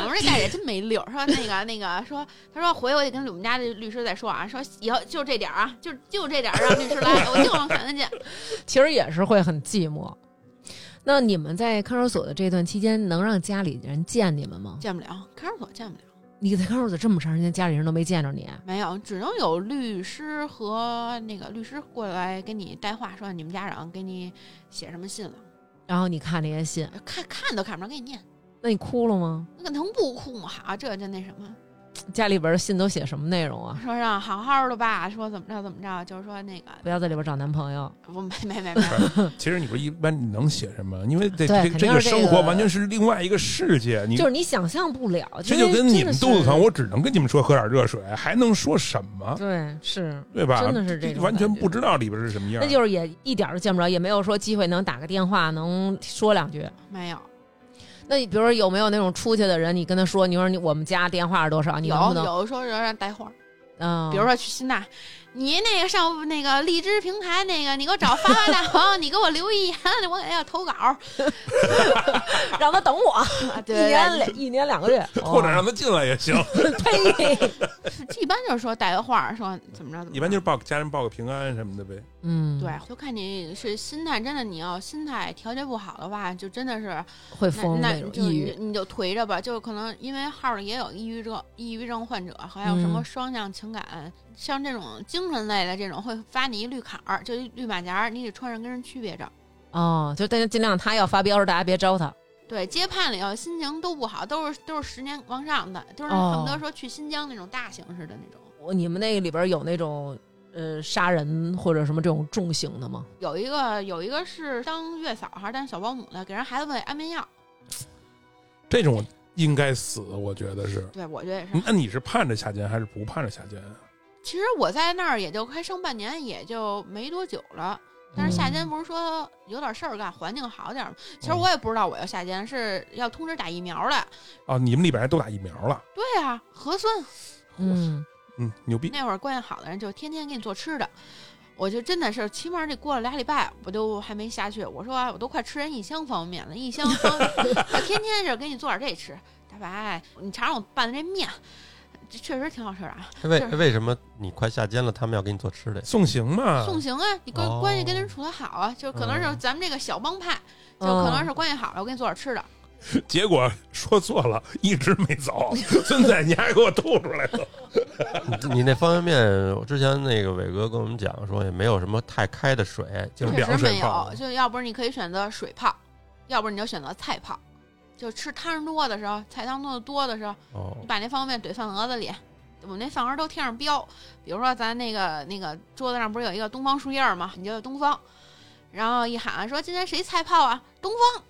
[SPEAKER 5] 我说这大姐真没溜儿，说那个那个说，他说回我得跟我们家的律师再说啊，说以后就这点儿啊，就就这点儿让律师来，我就能看得见。
[SPEAKER 2] 其实也是会很寂寞。那你们在看守所的这段期间，能让家里人见你们吗？
[SPEAKER 5] 见不了，看守所见不了，
[SPEAKER 2] 你在看守所这么长时间，家里人都没见着你。
[SPEAKER 5] 没有，只能有律师和那个律师过来给你带话，说你们家长给你写什么信了，
[SPEAKER 2] 然后你看这些信，
[SPEAKER 5] 看看都看不着，给你念，
[SPEAKER 2] 那你哭了吗？
[SPEAKER 5] 那个能不哭吗？好，这就那什么，
[SPEAKER 2] 家里边的信都写什么内容啊？
[SPEAKER 5] 说让好好的吧，说怎么着怎么着，就是说那个
[SPEAKER 2] 不要在里边找男朋友。
[SPEAKER 5] 我没没没没，
[SPEAKER 4] 其实你说一般你能写什么？因为这
[SPEAKER 2] 对
[SPEAKER 4] 这
[SPEAKER 2] 肯定
[SPEAKER 4] 这个
[SPEAKER 2] 是这个
[SPEAKER 4] 生活完全是另外一个世界，你
[SPEAKER 2] 就是你想象不了，
[SPEAKER 4] 这
[SPEAKER 2] 因为
[SPEAKER 4] 就跟你
[SPEAKER 2] 真的
[SPEAKER 4] 们
[SPEAKER 2] 是
[SPEAKER 4] 肚子疼，我只能跟你们说喝点热水，还能说什么？
[SPEAKER 2] 对是，
[SPEAKER 4] 对吧？
[SPEAKER 2] 真的是这种
[SPEAKER 4] 完全
[SPEAKER 2] 感觉
[SPEAKER 4] 不知道里边是什么样
[SPEAKER 2] 那。就是也一点儿都见不着，也没有说机会能打个电话能说两句。
[SPEAKER 5] 没有，
[SPEAKER 2] 那你比如说有没有那种出去的人，你跟他 (laughs) 说，你说你我们家电话是多少，你能
[SPEAKER 5] 有
[SPEAKER 2] 不能？
[SPEAKER 5] 有的时候让人带话，
[SPEAKER 2] 嗯，
[SPEAKER 5] 比如说去辛纳，你那个上那个荔枝平台那个，你给我找发发大王， (laughs) 你给我留一言，我给他要投稿啊！
[SPEAKER 6] 让他等我一
[SPEAKER 5] 对对
[SPEAKER 6] 年两一年两个月，
[SPEAKER 4] (laughs) 或
[SPEAKER 2] 哦
[SPEAKER 4] 者让他进来也行。
[SPEAKER 6] 呸，
[SPEAKER 5] 对，一般就是说带个话，说怎么着怎么着，
[SPEAKER 4] 一般就是报家人报个平安什么的呗。
[SPEAKER 2] 嗯，
[SPEAKER 5] 对，，就看你是心态，真的你要心态调节不好的话，就真的是
[SPEAKER 2] 会疯
[SPEAKER 5] 那
[SPEAKER 2] 那
[SPEAKER 5] 那
[SPEAKER 2] 种
[SPEAKER 5] 就
[SPEAKER 2] 抑郁
[SPEAKER 5] 你，你就颓着吧，就是可能因为号儿里也有抑郁症、抑郁症患者，还有什么
[SPEAKER 2] 嗯
[SPEAKER 5] 双向情感，像这种精神类的这种会发你一绿卡儿，就一绿马甲儿，你得穿上跟人区别着。
[SPEAKER 2] 哦，就但是尽量他要发飙，大家别招他。
[SPEAKER 5] 对，接判里头心情都不好，都是都是十年往上的，都是
[SPEAKER 2] 哦
[SPEAKER 5] 恨不得说去新疆那种大型似的那种。
[SPEAKER 2] 我你们那个里边有那种呃杀人或者什么这种重刑的吗？
[SPEAKER 5] 有一个有一个是当月嫂还是当小保姆的，给人孩子喂安眠药。
[SPEAKER 4] 这种应该死，我觉得是。
[SPEAKER 5] 对，我觉得也是。
[SPEAKER 2] 嗯
[SPEAKER 4] 那你是盼着下监还是不盼着下监？啊
[SPEAKER 5] 其实我在那儿也就快上半年，也就没多久了。
[SPEAKER 3] 嗯
[SPEAKER 5] 但是夏天不是说有点事儿干，环境好点儿吗？其实
[SPEAKER 3] 哦
[SPEAKER 5] 我也不知道我要夏天是要通知打疫苗了。
[SPEAKER 4] 啊，你们里边人都打疫苗了，
[SPEAKER 5] 对啊，核酸
[SPEAKER 2] 嗯，
[SPEAKER 4] 嗯，牛逼。
[SPEAKER 5] 那会儿关系好的人就天天给你做吃的，我就真的是起码得过了俩礼拜，我都还没下去。我说、啊、我都快吃人一箱方便面了，一箱方便面，我天天是给你做点这吃。大白，你尝尝我拌的这面，这确实挺好吃的啊。
[SPEAKER 3] 哎为
[SPEAKER 5] 就是
[SPEAKER 3] 为什么你快下监了，他们要给你做吃的？
[SPEAKER 4] 送行嘛，
[SPEAKER 5] 送行啊，你关
[SPEAKER 3] 哦
[SPEAKER 5] 关系跟人处的好啊，就可能是
[SPEAKER 3] 嗯
[SPEAKER 5] 咱们这个小帮派，就
[SPEAKER 2] 哦
[SPEAKER 5] 可能是关系好了，我给你做点吃的。
[SPEAKER 4] 结果说错了，一直没走。 (laughs) 孙子，你还给我吐出来
[SPEAKER 3] (laughs)
[SPEAKER 4] 了。
[SPEAKER 3] (laughs) 你你那方便面，我之前那个伟哥跟我们讲说，也没有什么太开的水，就是
[SPEAKER 5] 确
[SPEAKER 4] 凉
[SPEAKER 5] 实
[SPEAKER 4] 水
[SPEAKER 5] 没
[SPEAKER 4] 泡
[SPEAKER 5] 有，就要不然你可以选择水泡，要不然你就选择菜泡。就吃汤多的时候，菜汤做的多的时候，
[SPEAKER 3] 哦
[SPEAKER 5] 你，把那方便面怼饭盒子里。我们那饭盒都贴上标，比如说咱那个那个桌子上不是有一个东方树叶吗？你就叫东方，然后一喊说今天谁菜泡啊？东方。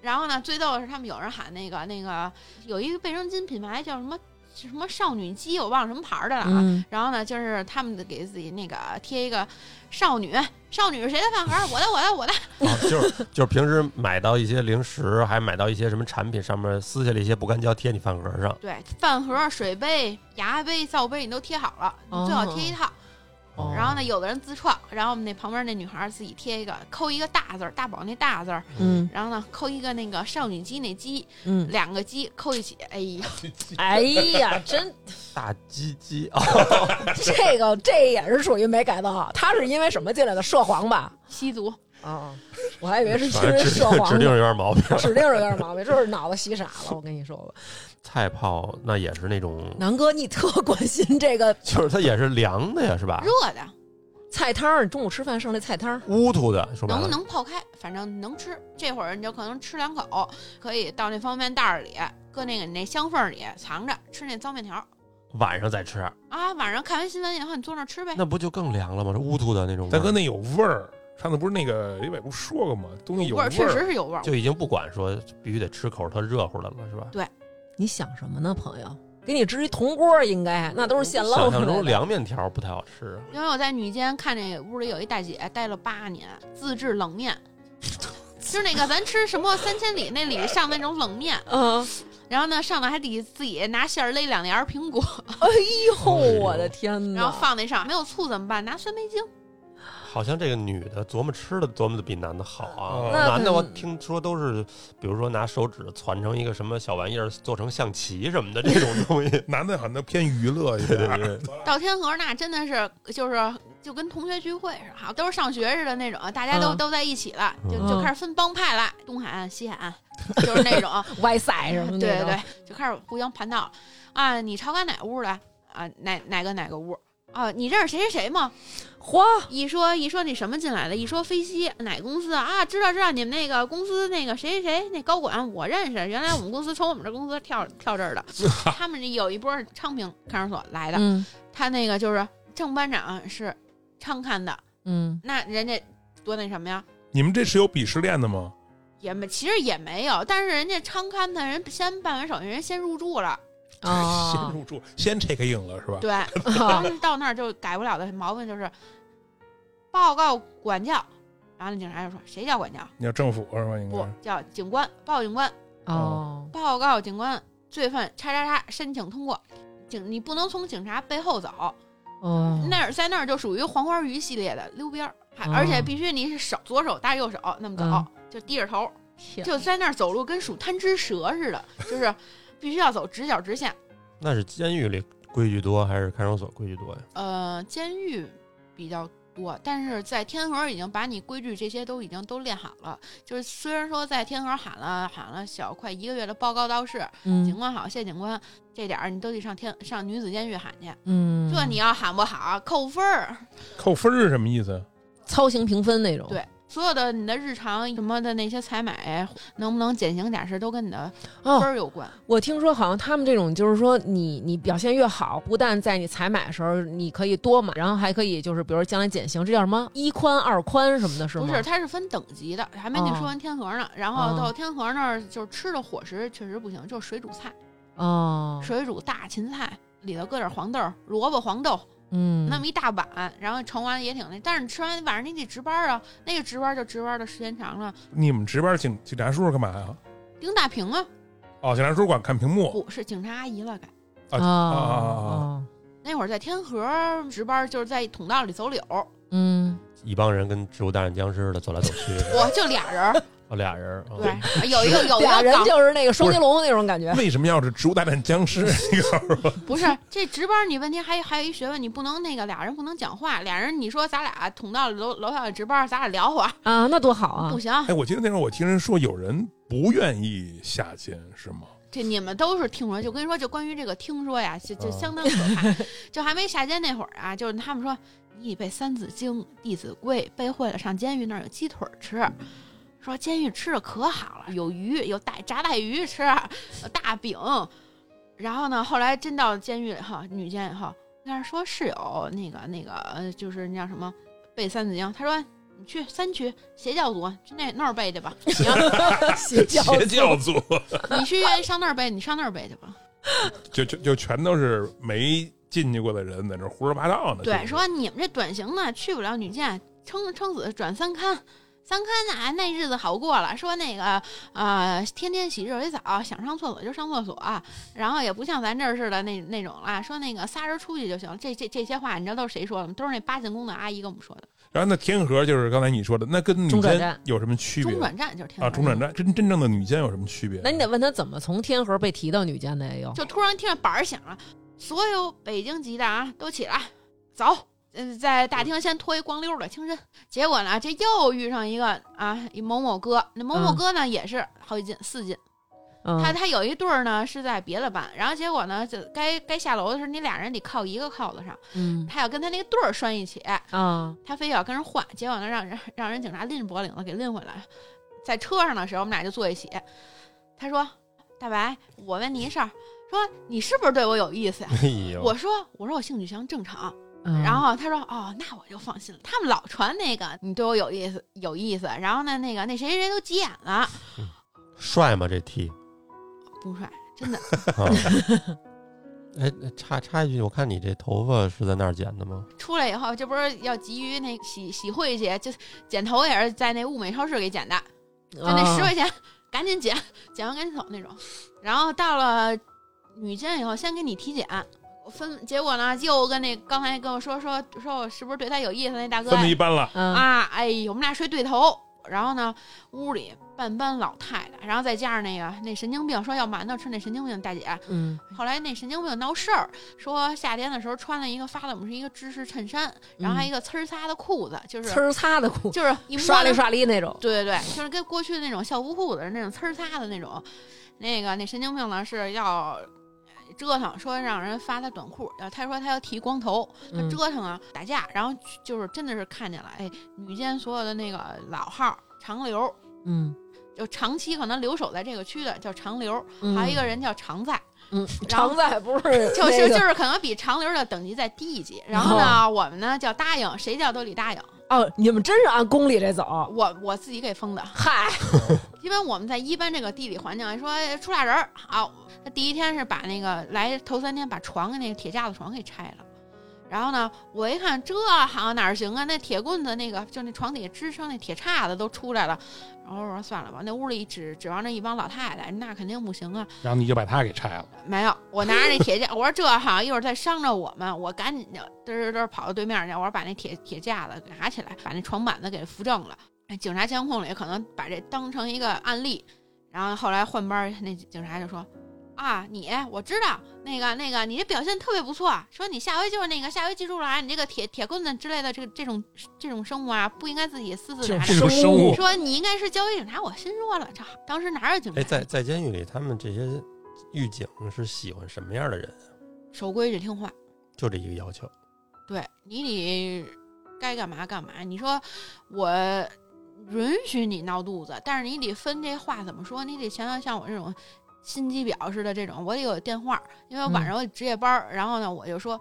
[SPEAKER 5] 然后呢，最逗的是他们有人喊那个那个有一个卫生巾品牌叫什么什么少女肌，我忘了什么牌儿的了啊。
[SPEAKER 2] 嗯
[SPEAKER 5] 然后呢，就是他们给自己那个贴一个少女，少女是谁的饭盒？我的，我的，我的。
[SPEAKER 3] 啊就是就是平时买到一些零食，还买到一些什么产品，上面撕下来一些不干胶贴你饭盒上。
[SPEAKER 5] 对，饭盒、水杯、牙杯、皂杯你都贴好了，你最好贴一套。
[SPEAKER 2] 哦
[SPEAKER 5] 然后呢，有的人自创，然后我们那旁边那女孩儿自己贴一个，扣一个大字儿，大宝那大字儿，
[SPEAKER 2] 嗯
[SPEAKER 5] 然后呢，扣一个那个少女鸡那鸡， (laughs)
[SPEAKER 2] 嗯，
[SPEAKER 5] 两个鸡扣一起，哎呀，
[SPEAKER 2] 哎呀，真 (laughs)
[SPEAKER 3] 大鸡鸡啊，
[SPEAKER 6] 这个这也是属于没改造好，他是因为什么进来的？涉黄吧？
[SPEAKER 5] 吸足。
[SPEAKER 6] 啊，
[SPEAKER 5] 哦
[SPEAKER 6] 我还以为是因
[SPEAKER 3] 反正
[SPEAKER 6] 为
[SPEAKER 3] 指
[SPEAKER 6] 涉
[SPEAKER 3] 定
[SPEAKER 6] 黄
[SPEAKER 3] 指定
[SPEAKER 6] 呢，
[SPEAKER 3] 有点毛病。
[SPEAKER 6] 指定是有点毛病，就是脑子洗傻了。我跟你说吧，
[SPEAKER 3] 菜泡那也是那种，
[SPEAKER 6] 南哥，你特关心这个
[SPEAKER 3] 就是它也是凉的呀，是吧？
[SPEAKER 5] 热的，
[SPEAKER 2] 菜汤儿，中午吃饭剩那菜汤儿，
[SPEAKER 3] 乌突的，说白
[SPEAKER 5] 能不
[SPEAKER 3] 了，
[SPEAKER 5] 能泡开，反正能吃。这会儿你就可能吃两口，可以到那方便面袋儿里，搁那个你那香缝儿里藏着，吃那脏面条儿
[SPEAKER 3] 晚上再吃，
[SPEAKER 5] 啊。晚上看完新闻以后，你坐那儿吃呗。
[SPEAKER 3] 那不就更凉了吗？是乌突的那种味
[SPEAKER 4] 大
[SPEAKER 3] 儿，
[SPEAKER 4] 哥，那有味儿。上次不是那个李伟不是说过吗？东西有
[SPEAKER 5] 味儿确实是有味儿，
[SPEAKER 3] 就已经不管说必须得吃口它热乎的了，是吧？
[SPEAKER 2] 你想什么呢，朋友？给你支一铜锅儿应该，那都是现捞出
[SPEAKER 3] 想象中
[SPEAKER 2] 来的。
[SPEAKER 3] 凉面条不太好吃，
[SPEAKER 5] 因为我在女监看那屋里有一大姐待了八年，自制冷面，就是那个咱吃什么三千里那里上那种冷面，
[SPEAKER 2] 嗯，
[SPEAKER 5] 然后呢上来还得自己拿馅儿勒两帘苹果，
[SPEAKER 2] 哎呦，我的啊天哪！
[SPEAKER 5] 然后放那上，没有醋怎么办？拿酸梅精。
[SPEAKER 3] 好像这个女的琢磨吃的琢磨的比男的好啊
[SPEAKER 4] 哦，。
[SPEAKER 2] 那
[SPEAKER 3] 男的
[SPEAKER 2] 肯
[SPEAKER 3] 我听说都是，比如说拿手指攒成一个什么小玩意儿，做成象棋什么的这种东西
[SPEAKER 4] 男的好像偏娱乐一点。
[SPEAKER 3] 对对
[SPEAKER 5] 稻天河那真的是就是就跟同学聚会似的，好都是上学似的那种，大家都、
[SPEAKER 2] 嗯
[SPEAKER 5] 都在一起了，就
[SPEAKER 2] 嗯
[SPEAKER 5] 就开始分帮派了，东海岸、西海岸，就是那种。
[SPEAKER 6] 歪塞什么的。
[SPEAKER 5] 对对对，，就开始互相盘道啊，你朝干哪屋的啊？哪哪个哪个屋？啊，你认识谁谁谁吗？
[SPEAKER 6] 嚯，
[SPEAKER 5] 一说一说你什么进来的？一说飞机哪公司啊？啊，知道知道，你们那个公司那个谁谁谁那高管我认识，原来我们公司从我们这公司跳跳这儿的。他们有一波是昌平看守所来的，
[SPEAKER 2] 嗯
[SPEAKER 5] 他那个就是郑班长是昌看的，
[SPEAKER 2] 嗯，
[SPEAKER 5] 那人家多那什么呀？
[SPEAKER 4] (laughs) 你们这是有鄙视链的
[SPEAKER 5] (laughs)
[SPEAKER 4] 吗？
[SPEAKER 5] 也没其实也没有，但是人家昌看的人先办完手续，人先入住了。
[SPEAKER 4] 先
[SPEAKER 5] 嗯
[SPEAKER 2] 哦，
[SPEAKER 4] 入住，先 check in 了是吧？
[SPEAKER 5] 啊对， (laughs)
[SPEAKER 2] (laughs)
[SPEAKER 5] 当时到那儿就改不了的毛病就是报告管教，然后那警察就说谁叫管教？
[SPEAKER 4] 你要政府是吧？应
[SPEAKER 5] 不
[SPEAKER 4] 该
[SPEAKER 5] 叫警官，报告警官，
[SPEAKER 2] 哦，
[SPEAKER 5] 报告警官，罪犯叉叉叉申请通过，警你不能从警察背后走，
[SPEAKER 2] 哦，
[SPEAKER 5] 那儿在那儿就属于黄花鱼系列的溜边儿，还而且必须你是手左手搭右手那么走，
[SPEAKER 2] 嗯
[SPEAKER 5] 就低着头，
[SPEAKER 2] 天
[SPEAKER 5] 就在那儿走路跟数贪吃蛇似的，就是必须要走直角直线。
[SPEAKER 3] (laughs) 那是监狱里规矩多还是看守所规矩多呀？
[SPEAKER 5] 呃，监狱比较多，但是在天河已经把你规矩这些都已经都练好了。就是虽然说在天河喊了喊了小快一个月的报告道士，警
[SPEAKER 2] 嗯
[SPEAKER 5] 官好，谢警官，这点儿你都得上天上女子监狱喊去。
[SPEAKER 2] 嗯，
[SPEAKER 5] 这你要喊不好，扣分儿。
[SPEAKER 4] 扣分儿是什么意思？
[SPEAKER 2] 操行评分那种，
[SPEAKER 5] 对，所有的你的日常什么的那些采买，能不能减刑假释，都跟你的分
[SPEAKER 2] 哦，
[SPEAKER 5] 儿有关。
[SPEAKER 2] 我听说好像他们这种就是说你你表现越好，不但在你采买的时候你可以多买，然后还可以就是比如将来减刑，这叫什么一宽二宽什么的，是吗？
[SPEAKER 5] 不是，它是分等级的，还没你
[SPEAKER 2] 哦
[SPEAKER 5] 说完天河呢。然后
[SPEAKER 2] 哦
[SPEAKER 5] 到天河那儿，就是吃的伙食确实不行，就是水煮菜，
[SPEAKER 2] 哦，
[SPEAKER 5] 水煮大芹菜。里头搁点黄豆、萝卜、黄豆，
[SPEAKER 2] 嗯，
[SPEAKER 5] 那么一大碗，然后盛完也挺那，但是你吃完晚上你得值班啊，那个值班就值班的时间长了，
[SPEAKER 4] 你们值班警警察叔叔干嘛呀？
[SPEAKER 5] 盯大屏啊，
[SPEAKER 4] 哦，警察叔叔管看屏幕
[SPEAKER 5] 不是警察阿姨了该。
[SPEAKER 4] 啊啊！
[SPEAKER 2] 哦，
[SPEAKER 5] 那会儿在天河值班，就是在通道里走柳，
[SPEAKER 2] 嗯，
[SPEAKER 3] 一帮人跟植物大战僵尸似的走来走去，
[SPEAKER 5] (laughs) 我就俩人儿，
[SPEAKER 3] 哦俩人啊，
[SPEAKER 5] 对，有一个有一
[SPEAKER 6] 俩
[SPEAKER 5] 个
[SPEAKER 6] 人
[SPEAKER 5] 岗
[SPEAKER 6] 就是那个双截龙那种
[SPEAKER 5] 啊
[SPEAKER 6] 感觉。
[SPEAKER 4] 为什么要是植物大战僵尸？那个 (laughs)
[SPEAKER 5] 不是这值班，你问题还还有一学问，你不能那个俩人不能讲话，俩人你说咱俩捅到楼楼下值班，咱俩聊会儿
[SPEAKER 2] 啊，那多好啊 (laughs)
[SPEAKER 5] 不！行，
[SPEAKER 4] 哎，我记得那时候我听人说有人不愿意下监，是吗？
[SPEAKER 5] 这你们都是听说，就跟你说，就关于这个听说呀，就就
[SPEAKER 4] 啊
[SPEAKER 5] 相当可怕，就还没下监那会儿啊，就是他们说你得背《三字经》《弟子规》，背会了上监狱那儿有鸡腿儿吃。说监狱吃的可好了，有鱼，有带炸带鱼吃，有大饼，然后呢，后来真到监狱以后，女监以后，那是说是有那个那个，呃就是那叫什么背三字经。他说你去三区邪教组，去那那儿背去吧。你要
[SPEAKER 6] 邪教
[SPEAKER 4] 邪教组
[SPEAKER 5] 你去愿意上那儿背，你上那儿背去吧。
[SPEAKER 4] 就就就全都是没进去过的人在那儿胡说八道呢。
[SPEAKER 5] 对，
[SPEAKER 4] 就是
[SPEAKER 5] 说你们这短刑呢，去不了女监，撑撑死转三刊。三刊啊，那日子好过了。说那个，呃，天天洗热水澡，想上厕所就上厕所、然后也不像咱这儿似的那那种啦。说那个仨人出去就行。这这这些话，你知道都是谁说的吗？都是那八进宫的阿姨跟我们说的。
[SPEAKER 4] 然后那天河就是刚才你说的，那跟女
[SPEAKER 2] 中转
[SPEAKER 4] 监
[SPEAKER 2] 站
[SPEAKER 4] 有什么区别
[SPEAKER 5] 中转站就是天
[SPEAKER 4] 啊？
[SPEAKER 5] 安
[SPEAKER 4] 中转站真真正的女监有什么区别？
[SPEAKER 2] 那你得问他怎么从天河被提到女监的也有，
[SPEAKER 5] 就突然听着板儿响了，所有北京籍的啊都起来，走。嗯，在大厅先脱一光溜儿的清真，结果呢，这又遇上一个啊，一某某哥，那某某
[SPEAKER 2] 嗯
[SPEAKER 5] 哥呢、也是好几斤四斤，
[SPEAKER 2] 嗯
[SPEAKER 5] 他他有一对儿呢是在别的班，然后结果呢，就该该下楼的时候，你俩人得靠一个靠子上，
[SPEAKER 2] 嗯
[SPEAKER 5] 他要跟他那个对儿拴一起，
[SPEAKER 2] 啊
[SPEAKER 5] 他非要跟人换，结果呢让人让人警察拎着脖领子给拎回来。在车上的时候，我们俩就坐一起。他说：“大白，我问你一事儿，说你是不是对我有意思呀、
[SPEAKER 3] 哎呦，
[SPEAKER 5] 我说：“我说我性取向正常。”
[SPEAKER 2] 嗯
[SPEAKER 5] 然后他说：“哦，那我就放心了。”他们老传那个你对我有意思，有意思。然后呢，那个那谁谁谁都急眼了，
[SPEAKER 3] 帅吗这 T
[SPEAKER 5] 不帅，真的
[SPEAKER 3] 啊？哎，插插一句，我看你这头发是在那儿剪的吗？
[SPEAKER 5] 出来以后，这不是要急于那洗洗会去，就剪头也是在那物美超市给剪的。
[SPEAKER 2] 就
[SPEAKER 5] 就那
[SPEAKER 2] 嗯
[SPEAKER 5] 十块钱，赶紧剪，剪完赶紧走那种。然后到了女监以后，先给你体检，我分结果呢，又跟那刚才跟我说说说我是不是对他有意思那大哥
[SPEAKER 4] 分的一班了，
[SPEAKER 2] 啊
[SPEAKER 5] 啊，哎呦，我们俩睡对头。然后呢，屋里半班老太太，然后再加上那个那神经病，说要馒头吃那神经病大姐。
[SPEAKER 2] 嗯
[SPEAKER 5] 后来那神经病闹事儿，说夏天的时候穿了一个发的我们是一个制式衬衫，然后还一个呲儿擦的裤子，就是
[SPEAKER 2] 嗯呲儿擦的裤，
[SPEAKER 5] 就是一摸
[SPEAKER 2] 刷
[SPEAKER 5] 就
[SPEAKER 2] 哩刷哩那种，
[SPEAKER 5] 对对对，就是跟过去那种校服裤子那种呲儿擦的那种，那个那神经病呢是要折腾，说让人发他短裤，然后他说他要剃光头，他
[SPEAKER 2] 嗯
[SPEAKER 5] 折腾啊打架，然后就就是真的是看见了，哎，女监所有的那个老号儿长流，
[SPEAKER 2] 嗯，
[SPEAKER 5] 就长期可能留守在这个区的叫长流，
[SPEAKER 2] 嗯
[SPEAKER 5] 还有一个人叫常在，
[SPEAKER 2] 嗯
[SPEAKER 5] 然后
[SPEAKER 6] 常在不是
[SPEAKER 5] (laughs) 就
[SPEAKER 6] 那个
[SPEAKER 5] 是就是可能比长流的等级再低一级，然后呢，我们呢叫答应，谁叫都得答应，
[SPEAKER 6] 哦，你们真是按公里这走。
[SPEAKER 5] 我我自己给封的。
[SPEAKER 6] 嗨，
[SPEAKER 5] 因为我们在一班这个地理环境来说，哎出俩人儿好，他第一天是把那个来头三天把床给那个铁架子床给拆了，然后呢，我一看这好哪儿行啊？那铁棍子那个就那床底下支撑那铁叉子都出来了。然后我说算了吧，那屋里指指望着一帮老太太，那肯定不行啊。
[SPEAKER 4] 然后你就把它给拆了，
[SPEAKER 5] 没有，我拿着那铁架，我 (laughs) 说这好一会儿再伤着我们，我赶紧就嘚嘚嘚跑到对面去，我说把那铁铁架子拿起来，把那床板子给扶正了。那警察监控里可能把这当成一个案例，然后后来换班儿，那警察就说：“啊，你我知道那个那个，你这表现特别不错，说你下回就是那个下回记住了啊，你这个铁铁棍子之类的这个这种这种生物啊，不应该自己私自拿
[SPEAKER 4] 这。种生物
[SPEAKER 5] 说你应该是交给警察，我心说了，这当时哪有警察？
[SPEAKER 3] 哎，在在监狱里，他们这些狱警是喜欢什么样的人？
[SPEAKER 5] 守规矩听话。”
[SPEAKER 3] 就这一个要求。
[SPEAKER 5] 对你得该干嘛干嘛。你说我允许你闹肚子，但是你得分这话怎么说，你得想想像我这种心机婊似的这种，我得有电话，因为我晚
[SPEAKER 2] 嗯
[SPEAKER 5] 上我值夜班儿，然后呢我就说。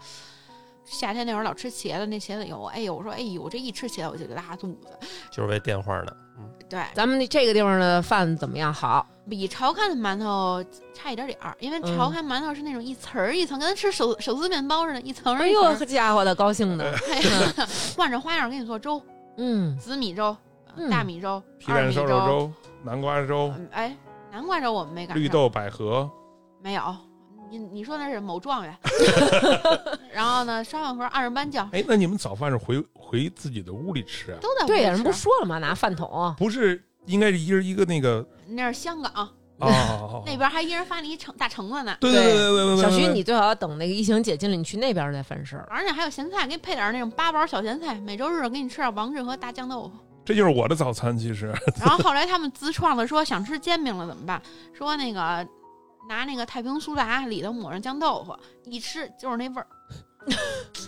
[SPEAKER 5] 夏天那会儿老吃茄子，那茄子有，哎呦，我说，哎呦，我这一吃茄子我就拉肚子，
[SPEAKER 3] 就是为电话呢。嗯，
[SPEAKER 5] 对，
[SPEAKER 2] 咱们这个地方的饭怎么样？好，
[SPEAKER 5] 比潮汕的馒头差一点点儿，因为
[SPEAKER 2] 嗯
[SPEAKER 5] 潮汕馒头是那种一层儿一层，跟吃手手撕面包似的，一层儿
[SPEAKER 2] 哎
[SPEAKER 5] 一
[SPEAKER 2] 呦，
[SPEAKER 5] 层儿，
[SPEAKER 2] 呵家伙的，高兴的，
[SPEAKER 5] (laughs) 换着花样给你做粥，
[SPEAKER 2] 嗯，
[SPEAKER 5] 紫米粥、呃
[SPEAKER 2] 嗯
[SPEAKER 5] 大米粥、
[SPEAKER 4] 皮
[SPEAKER 5] 二
[SPEAKER 4] 蛋
[SPEAKER 5] 米
[SPEAKER 4] 瘦肉粥、南瓜粥、
[SPEAKER 5] 嗯哎，南瓜粥我们没赶上，
[SPEAKER 4] 绿豆百合，
[SPEAKER 5] 没有。你你说那是某状
[SPEAKER 4] (laughs)
[SPEAKER 5] 元，然后呢，烧饭盒二十班教
[SPEAKER 4] 哎，那你们早饭是回回自己的屋里吃啊？
[SPEAKER 5] 都在
[SPEAKER 2] 对
[SPEAKER 5] 呀，
[SPEAKER 2] 呀，人不说了吗？拿饭桶，
[SPEAKER 4] 不是，应该是一人一个那
[SPEAKER 5] (laughs)
[SPEAKER 4] 个
[SPEAKER 5] 那是香港
[SPEAKER 4] 啊，哦
[SPEAKER 5] 那边还一人发你一橙大橙子呢，
[SPEAKER 4] 对对对对对对，
[SPEAKER 2] 小
[SPEAKER 4] 对
[SPEAKER 2] 徐，
[SPEAKER 4] 对
[SPEAKER 2] 你最好等那个疫情解禁了，你去那边再犯事儿。
[SPEAKER 5] 而且还有咸菜，给你配点那种八宝小咸菜，每周日给你吃点王致和大酱
[SPEAKER 4] (laughs)
[SPEAKER 5] 豆腐。
[SPEAKER 4] 这就是我的早餐，其实
[SPEAKER 5] 然后后来他们自创了，说想吃煎饼了怎么办？说那个拿那个太平苏打里头抹上酱豆腐，一吃就是那味
[SPEAKER 2] (laughs)
[SPEAKER 5] 儿。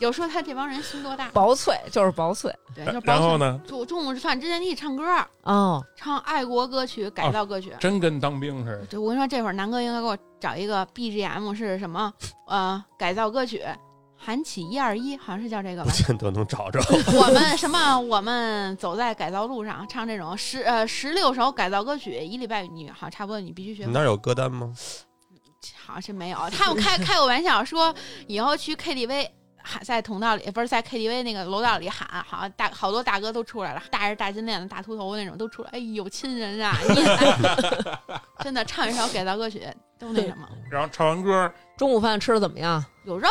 [SPEAKER 5] 有说他这帮人心多大，
[SPEAKER 2] 薄脆就是薄脆
[SPEAKER 5] 对，就是
[SPEAKER 4] (laughs)
[SPEAKER 5] 包
[SPEAKER 4] 然后
[SPEAKER 5] 菜？
[SPEAKER 4] 呢，
[SPEAKER 5] 中中午吃饭之前你得唱歌，
[SPEAKER 2] 哦，
[SPEAKER 5] 唱爱国歌曲、
[SPEAKER 4] 哦
[SPEAKER 5] 改造歌曲。
[SPEAKER 4] 真跟当兵似的。
[SPEAKER 5] 对，我跟你说，这会儿南哥应该给我找一个 BGM 是什么？呃，改造歌曲，韩起一二一，好像是叫这个
[SPEAKER 3] 不。
[SPEAKER 4] (laughs)
[SPEAKER 5] 吧
[SPEAKER 3] 见得能找着。
[SPEAKER 5] 我们什么？我们走在改造路上，唱这种十呃十六首改造歌曲，一礼拜你好差不多，你必须学
[SPEAKER 3] 你
[SPEAKER 5] 会。
[SPEAKER 3] 那儿有歌单吗？
[SPEAKER 5] 好像是没有，他们开开过玩笑说，以后去 KTV 喊在通道里，不是在 KTV 那个楼道里喊，好像大好多大哥都出来了，大着大金链子、大秃头那种都出来，哎呦，亲人啊，你
[SPEAKER 2] (laughs)
[SPEAKER 5] 也来真的唱一首改造歌曲都那什么，
[SPEAKER 4] 然后唱完歌，
[SPEAKER 2] 中午饭吃的怎么样？
[SPEAKER 5] 有肉，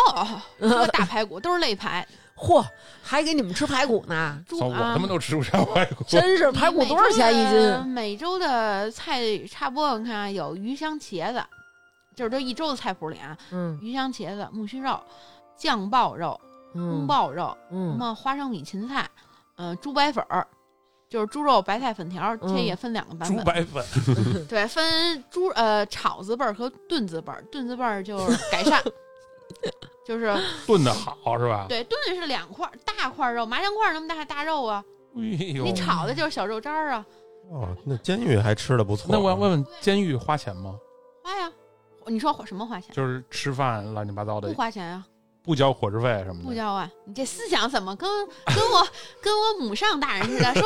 [SPEAKER 5] 都是大排骨，都是肋
[SPEAKER 2] (laughs)
[SPEAKER 5] 排，
[SPEAKER 2] 嚯，还给你们吃排骨呢，
[SPEAKER 5] 猪
[SPEAKER 4] 操，我
[SPEAKER 5] 啊
[SPEAKER 4] 他妈。都吃不下外国。
[SPEAKER 2] 真是排骨多少钱一斤？啊
[SPEAKER 5] 每周的菜差不多，你看啊有鱼香茄子，就是这一周的菜谱里啊，
[SPEAKER 2] 嗯
[SPEAKER 5] 鱼香茄子、木须肉、酱爆肉、宫
[SPEAKER 2] 嗯
[SPEAKER 5] 爆肉、什
[SPEAKER 2] 嗯， (laughs)
[SPEAKER 5] 么花生米芹菜，嗯、猪白粉儿，就是猪肉白菜粉条儿，这
[SPEAKER 2] 嗯
[SPEAKER 5] 也分两个版
[SPEAKER 4] 猪
[SPEAKER 5] 本。
[SPEAKER 4] 白粉，
[SPEAKER 5] 对，分猪呃炒字辈儿和炖字辈儿，炖字辈儿
[SPEAKER 2] (laughs)
[SPEAKER 5] 就是改善，就是
[SPEAKER 4] 炖的好是吧？
[SPEAKER 5] 对炖是两块儿大块儿肉，麻将块儿那么大大肉啊，
[SPEAKER 4] 哎呦
[SPEAKER 5] 你炒的就是小肉渣儿啊，
[SPEAKER 3] 哦，那监狱还吃的不错。
[SPEAKER 4] 那我要问问，监狱花钱吗？
[SPEAKER 5] 花呀，你说花什么花钱？
[SPEAKER 4] 就是吃饭乱七八糟
[SPEAKER 5] 不
[SPEAKER 4] 的，
[SPEAKER 5] 花钱啊，
[SPEAKER 4] 不交伙食费什么
[SPEAKER 5] 不
[SPEAKER 4] 的。
[SPEAKER 5] 交啊！你这思想怎么 (laughs) 跟跟我跟我母上大人似 (laughs) 的？说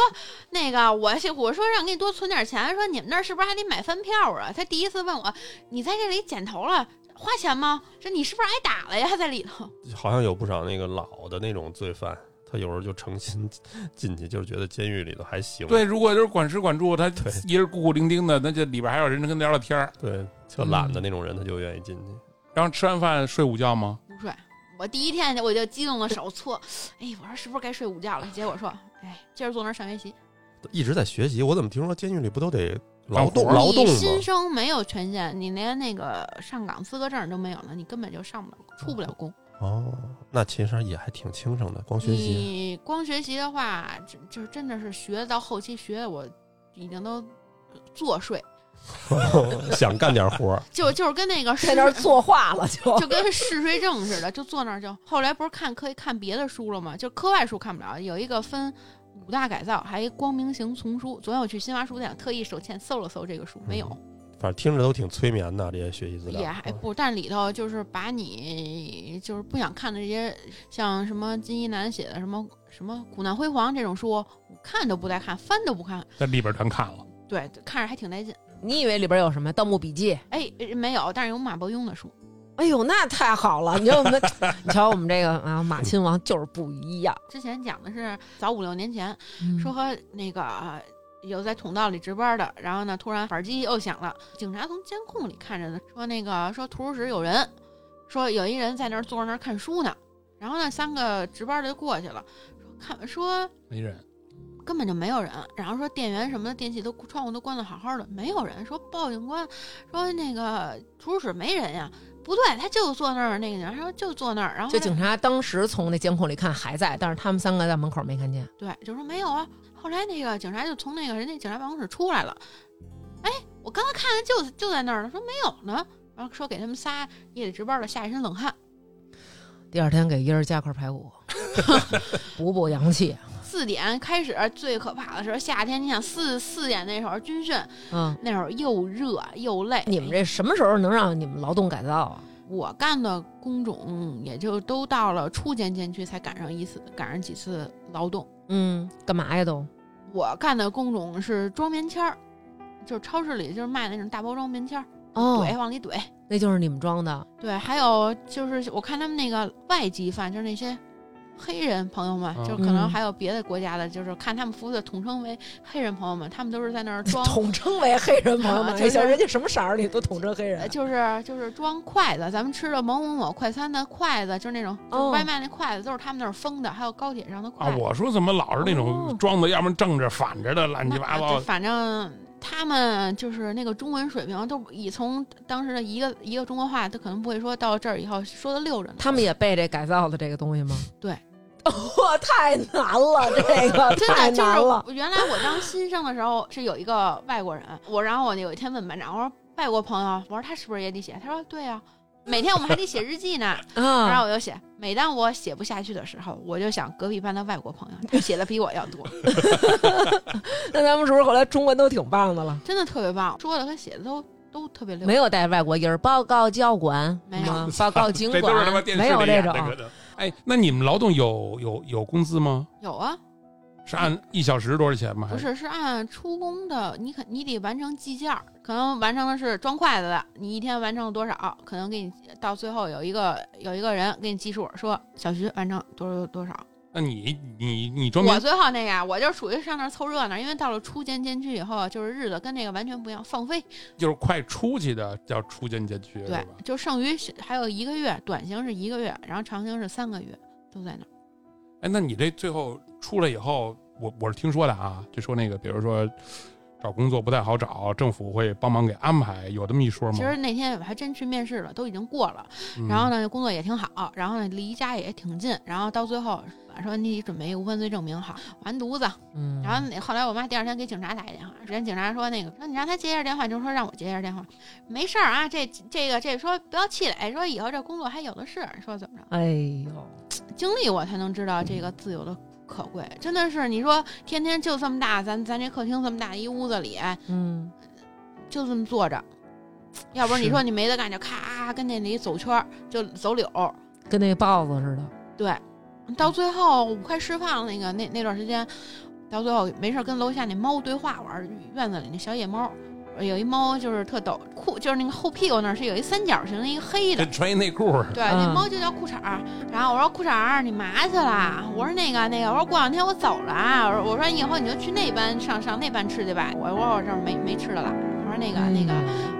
[SPEAKER 5] 那个我是我说让给你多存点钱，说你们那儿是不是还得买饭票啊？他第一次问我，你在这里剪头了，花钱吗？说你是不是挨打了呀？在里头，
[SPEAKER 3] 好像有不少那个老的那种罪犯，他有时候就诚心进去，就是觉得监狱里头还行。
[SPEAKER 4] 对，如果就是管吃管住，他
[SPEAKER 3] 对
[SPEAKER 4] 一人孤苦伶仃的，那这里边还有人跟聊聊天儿
[SPEAKER 3] 对，嗯就懒的那种人，他就愿意进去。
[SPEAKER 4] 然后吃完饭睡午觉吗？
[SPEAKER 5] 不睡。我第一天我就激动的手搓， (laughs) 哎，我说是不是该睡午觉了？结果说，哎，接着坐那儿上学习。
[SPEAKER 3] 一直在学习，我怎么听说监狱里不都得劳动
[SPEAKER 4] 干
[SPEAKER 3] 嗯
[SPEAKER 4] 活
[SPEAKER 3] 劳动
[SPEAKER 5] 你
[SPEAKER 3] 吗？
[SPEAKER 5] 新生没有权限，你连那个上岗资格证都没有呢，你根本就上不了，出不了工。
[SPEAKER 3] 哦，那其实也还挺轻省的，光学习。
[SPEAKER 5] 你光学习的话，这就是真的是学到后期学的我已经都作睡，嗯
[SPEAKER 3] (laughs) 想干点活儿，
[SPEAKER 5] 就就是跟那个
[SPEAKER 6] 在那儿
[SPEAKER 5] 嗜睡
[SPEAKER 6] 作画了
[SPEAKER 2] (laughs)
[SPEAKER 6] 就。
[SPEAKER 5] 就跟嗜睡症似的，就坐那儿就。后来不是看可以看别的书了吗？就课外书看不了，有一个分五大改造，还有一光明行丛书。昨天我去新华书店特意手欠搜了搜这个书，没有，
[SPEAKER 3] 反正听着都挺催眠的这些学习资料。哦
[SPEAKER 5] 也还不，但里头就是把你就是不想看的这些，像什么金一南写的什么什么苦难辉煌这种书，我看都不带看，翻都不看。
[SPEAKER 4] 在里边全看了。
[SPEAKER 5] 对，看着还挺带劲。
[SPEAKER 2] 你以为里边有什么《盗墓笔记》
[SPEAKER 5] 哎，没有，但是有马伯庸的书，
[SPEAKER 2] 哎呦，那太好了！你瞧我们， (laughs) 你瞧我们这个啊，马亲王就是不一样。
[SPEAKER 5] 之前讲的是早五六年前，
[SPEAKER 2] 说
[SPEAKER 5] 说和那个呃有在通道里值班的，然后呢，突然耳机又响了，警察从监控里看着呢，说那个说图书室有人，说有一人在那儿坐着那儿看书呢，然后呢，三个值班的就过去了，说看说
[SPEAKER 4] 没人，
[SPEAKER 5] 根本就没有人，然后说电源什么的电器都窗户都关得好好的，没有人，说报警官说那个图书室没人呀，不对，他就坐那儿那个，然后就坐那儿，然后
[SPEAKER 2] 就
[SPEAKER 5] 那
[SPEAKER 2] 警察当时从那监控里看还在，但是他们三个在门口没看见。
[SPEAKER 5] 对，就说没有啊。后来那个警察就从那个人家警察办公室出来了，哎，我刚才看见就就在那儿呢，说没有呢，然后说给他们仨夜里值班的吓一身冷汗，
[SPEAKER 2] 第二天给一人加块排 (laughs) 骨，补补阳气。
[SPEAKER 5] 四点开始最可怕的时候，夏天你想四四点那时候军训
[SPEAKER 2] 嗯，
[SPEAKER 5] 那会儿又热又累，
[SPEAKER 2] 你们这什么时候能让你们劳动改造啊？
[SPEAKER 5] 我干的工种也就都到了初监监区才赶上一次赶上几次劳动，
[SPEAKER 2] 嗯，干嘛呀都？
[SPEAKER 5] 我干的工种是装棉签儿，就是超市里就是卖那种大包装棉签儿，
[SPEAKER 2] 哦，
[SPEAKER 5] 怼往里怼。
[SPEAKER 2] 那就是你们装的。
[SPEAKER 5] 对，还有就是我看他们那个外籍犯，就是那些黑人朋友们，
[SPEAKER 4] 嗯
[SPEAKER 5] 就是可能
[SPEAKER 2] 嗯
[SPEAKER 5] 还有别的国家的，就是看他们服务的统称为黑人朋友们，他们都是
[SPEAKER 2] (laughs)
[SPEAKER 5] 在那儿装，
[SPEAKER 6] 统称为黑人朋友
[SPEAKER 5] 啊
[SPEAKER 6] 们，
[SPEAKER 5] 就是
[SPEAKER 6] 哎行，人家什么色儿你都统称黑
[SPEAKER 5] 呃
[SPEAKER 6] 人，
[SPEAKER 5] 就是就是装筷子，咱们吃的某某某快餐的筷子，就是那种就是
[SPEAKER 2] 哦
[SPEAKER 5] 外卖那筷子，都是他们那儿封的，还有高铁上的筷
[SPEAKER 4] 啊！
[SPEAKER 5] 子。
[SPEAKER 4] 我说怎么老是那
[SPEAKER 2] 哦
[SPEAKER 4] 种装的，要么正着反着的，乱七八
[SPEAKER 5] 那
[SPEAKER 4] 糟
[SPEAKER 5] 就。反正他们就是那个中文水平，都以从当时的一个一个中国话，都可能不会说到这儿以后说的溜着呢。
[SPEAKER 2] 他们也背这改造的这个东西吗？
[SPEAKER 6] 哇，太难了，这个
[SPEAKER 5] (laughs) 真
[SPEAKER 6] 太
[SPEAKER 5] 的就
[SPEAKER 6] 难
[SPEAKER 5] 是
[SPEAKER 6] 了
[SPEAKER 5] 我，原来我当新生的时候是有一个外国人，我然后我有一天问班长，我说外国朋友，我说他是不是也得写？他说对啊，每天我们还得写日
[SPEAKER 2] (laughs)
[SPEAKER 5] 记呢。然
[SPEAKER 2] 啊
[SPEAKER 5] 后，我就写，每当我写不下去的时候，我就想隔壁班的外国朋友，他写的比我要多，
[SPEAKER 2] 那咱们是不是后来中文都挺棒的了？
[SPEAKER 5] 真的特别棒，说的和写的都都特别溜
[SPEAKER 2] 没。有带外国音儿，报告交管，
[SPEAKER 5] 没有
[SPEAKER 2] 什么
[SPEAKER 4] (laughs)
[SPEAKER 2] 报告警
[SPEAKER 4] 这都是他妈
[SPEAKER 2] 管
[SPEAKER 4] 电，视
[SPEAKER 2] 没有
[SPEAKER 4] 里
[SPEAKER 2] 这
[SPEAKER 4] 演
[SPEAKER 2] 种
[SPEAKER 4] 的。可能。哎，那你们劳动有有有工资吗？
[SPEAKER 5] 有啊，
[SPEAKER 4] 是按一小时多少钱吗？还
[SPEAKER 5] 不是，是按出工的，你可你得完成计件儿，可能完成的是装筷子的，你一天完成了多少，可能给你到最后有一个有一个人给你计数，说小徐完成多少多少。
[SPEAKER 4] 那你你你装
[SPEAKER 5] 我
[SPEAKER 4] 棉
[SPEAKER 5] 最后那个，我就属于上那儿凑热闹，因为到了初监监区以后，就是日子跟那个完全不一样，放飞。
[SPEAKER 4] 就是快出去的叫出监监区是吧
[SPEAKER 5] 对？，就剩余还有一个月，短刑是一个月，然后长刑是三个月，都在那儿。
[SPEAKER 4] 哎，那你这最后出来以后，我我是听说的啊，就说那个，比如说找工作不太好找，政府会帮忙给安排，有这么一说吗？
[SPEAKER 5] 其实那天我还真去面试了，都已经过了。
[SPEAKER 4] 嗯
[SPEAKER 5] 然后，呢，工作也挺好，然后呢，离家也挺近，然后到最后说你得准备一个无犯罪证明，好，完犊子。
[SPEAKER 2] 嗯，
[SPEAKER 5] 然后那后来我妈第二天给警察打一电话，人家警察说那个说你让他接一下电话，你就说让我接一下电话，没事儿啊，这这个这说不要气馁，说以后这工作还有的是，说怎么着，
[SPEAKER 2] 哎呦，
[SPEAKER 5] 经历我才能知道这个自由的。可贵，真的是你说天天就这么大，咱咱这客厅这么大一屋子里，
[SPEAKER 2] 嗯，
[SPEAKER 5] 就这么坐着，要不然你
[SPEAKER 4] 是
[SPEAKER 5] 说你没得干就咔跟那里走圈儿，就走柳儿，
[SPEAKER 2] 跟那豹子似的，
[SPEAKER 5] 对，到最后我快释放那个那那段时间，到最后没事儿跟楼下那猫对话玩儿，院子里那小野猫，有一猫就是特逗，裤就是那个后屁股那儿是有一三角形的一个黑的
[SPEAKER 4] 这。穿一内裤儿，
[SPEAKER 5] 对，
[SPEAKER 2] 嗯
[SPEAKER 5] 那猫就叫裤衩儿，然后我说裤衩儿，你嘛去啦？我说那个那个，我说过两天我走了啊，我说我说以后你就去那班上上那班吃去吧。我说我这儿没没吃的了，我说那个那个，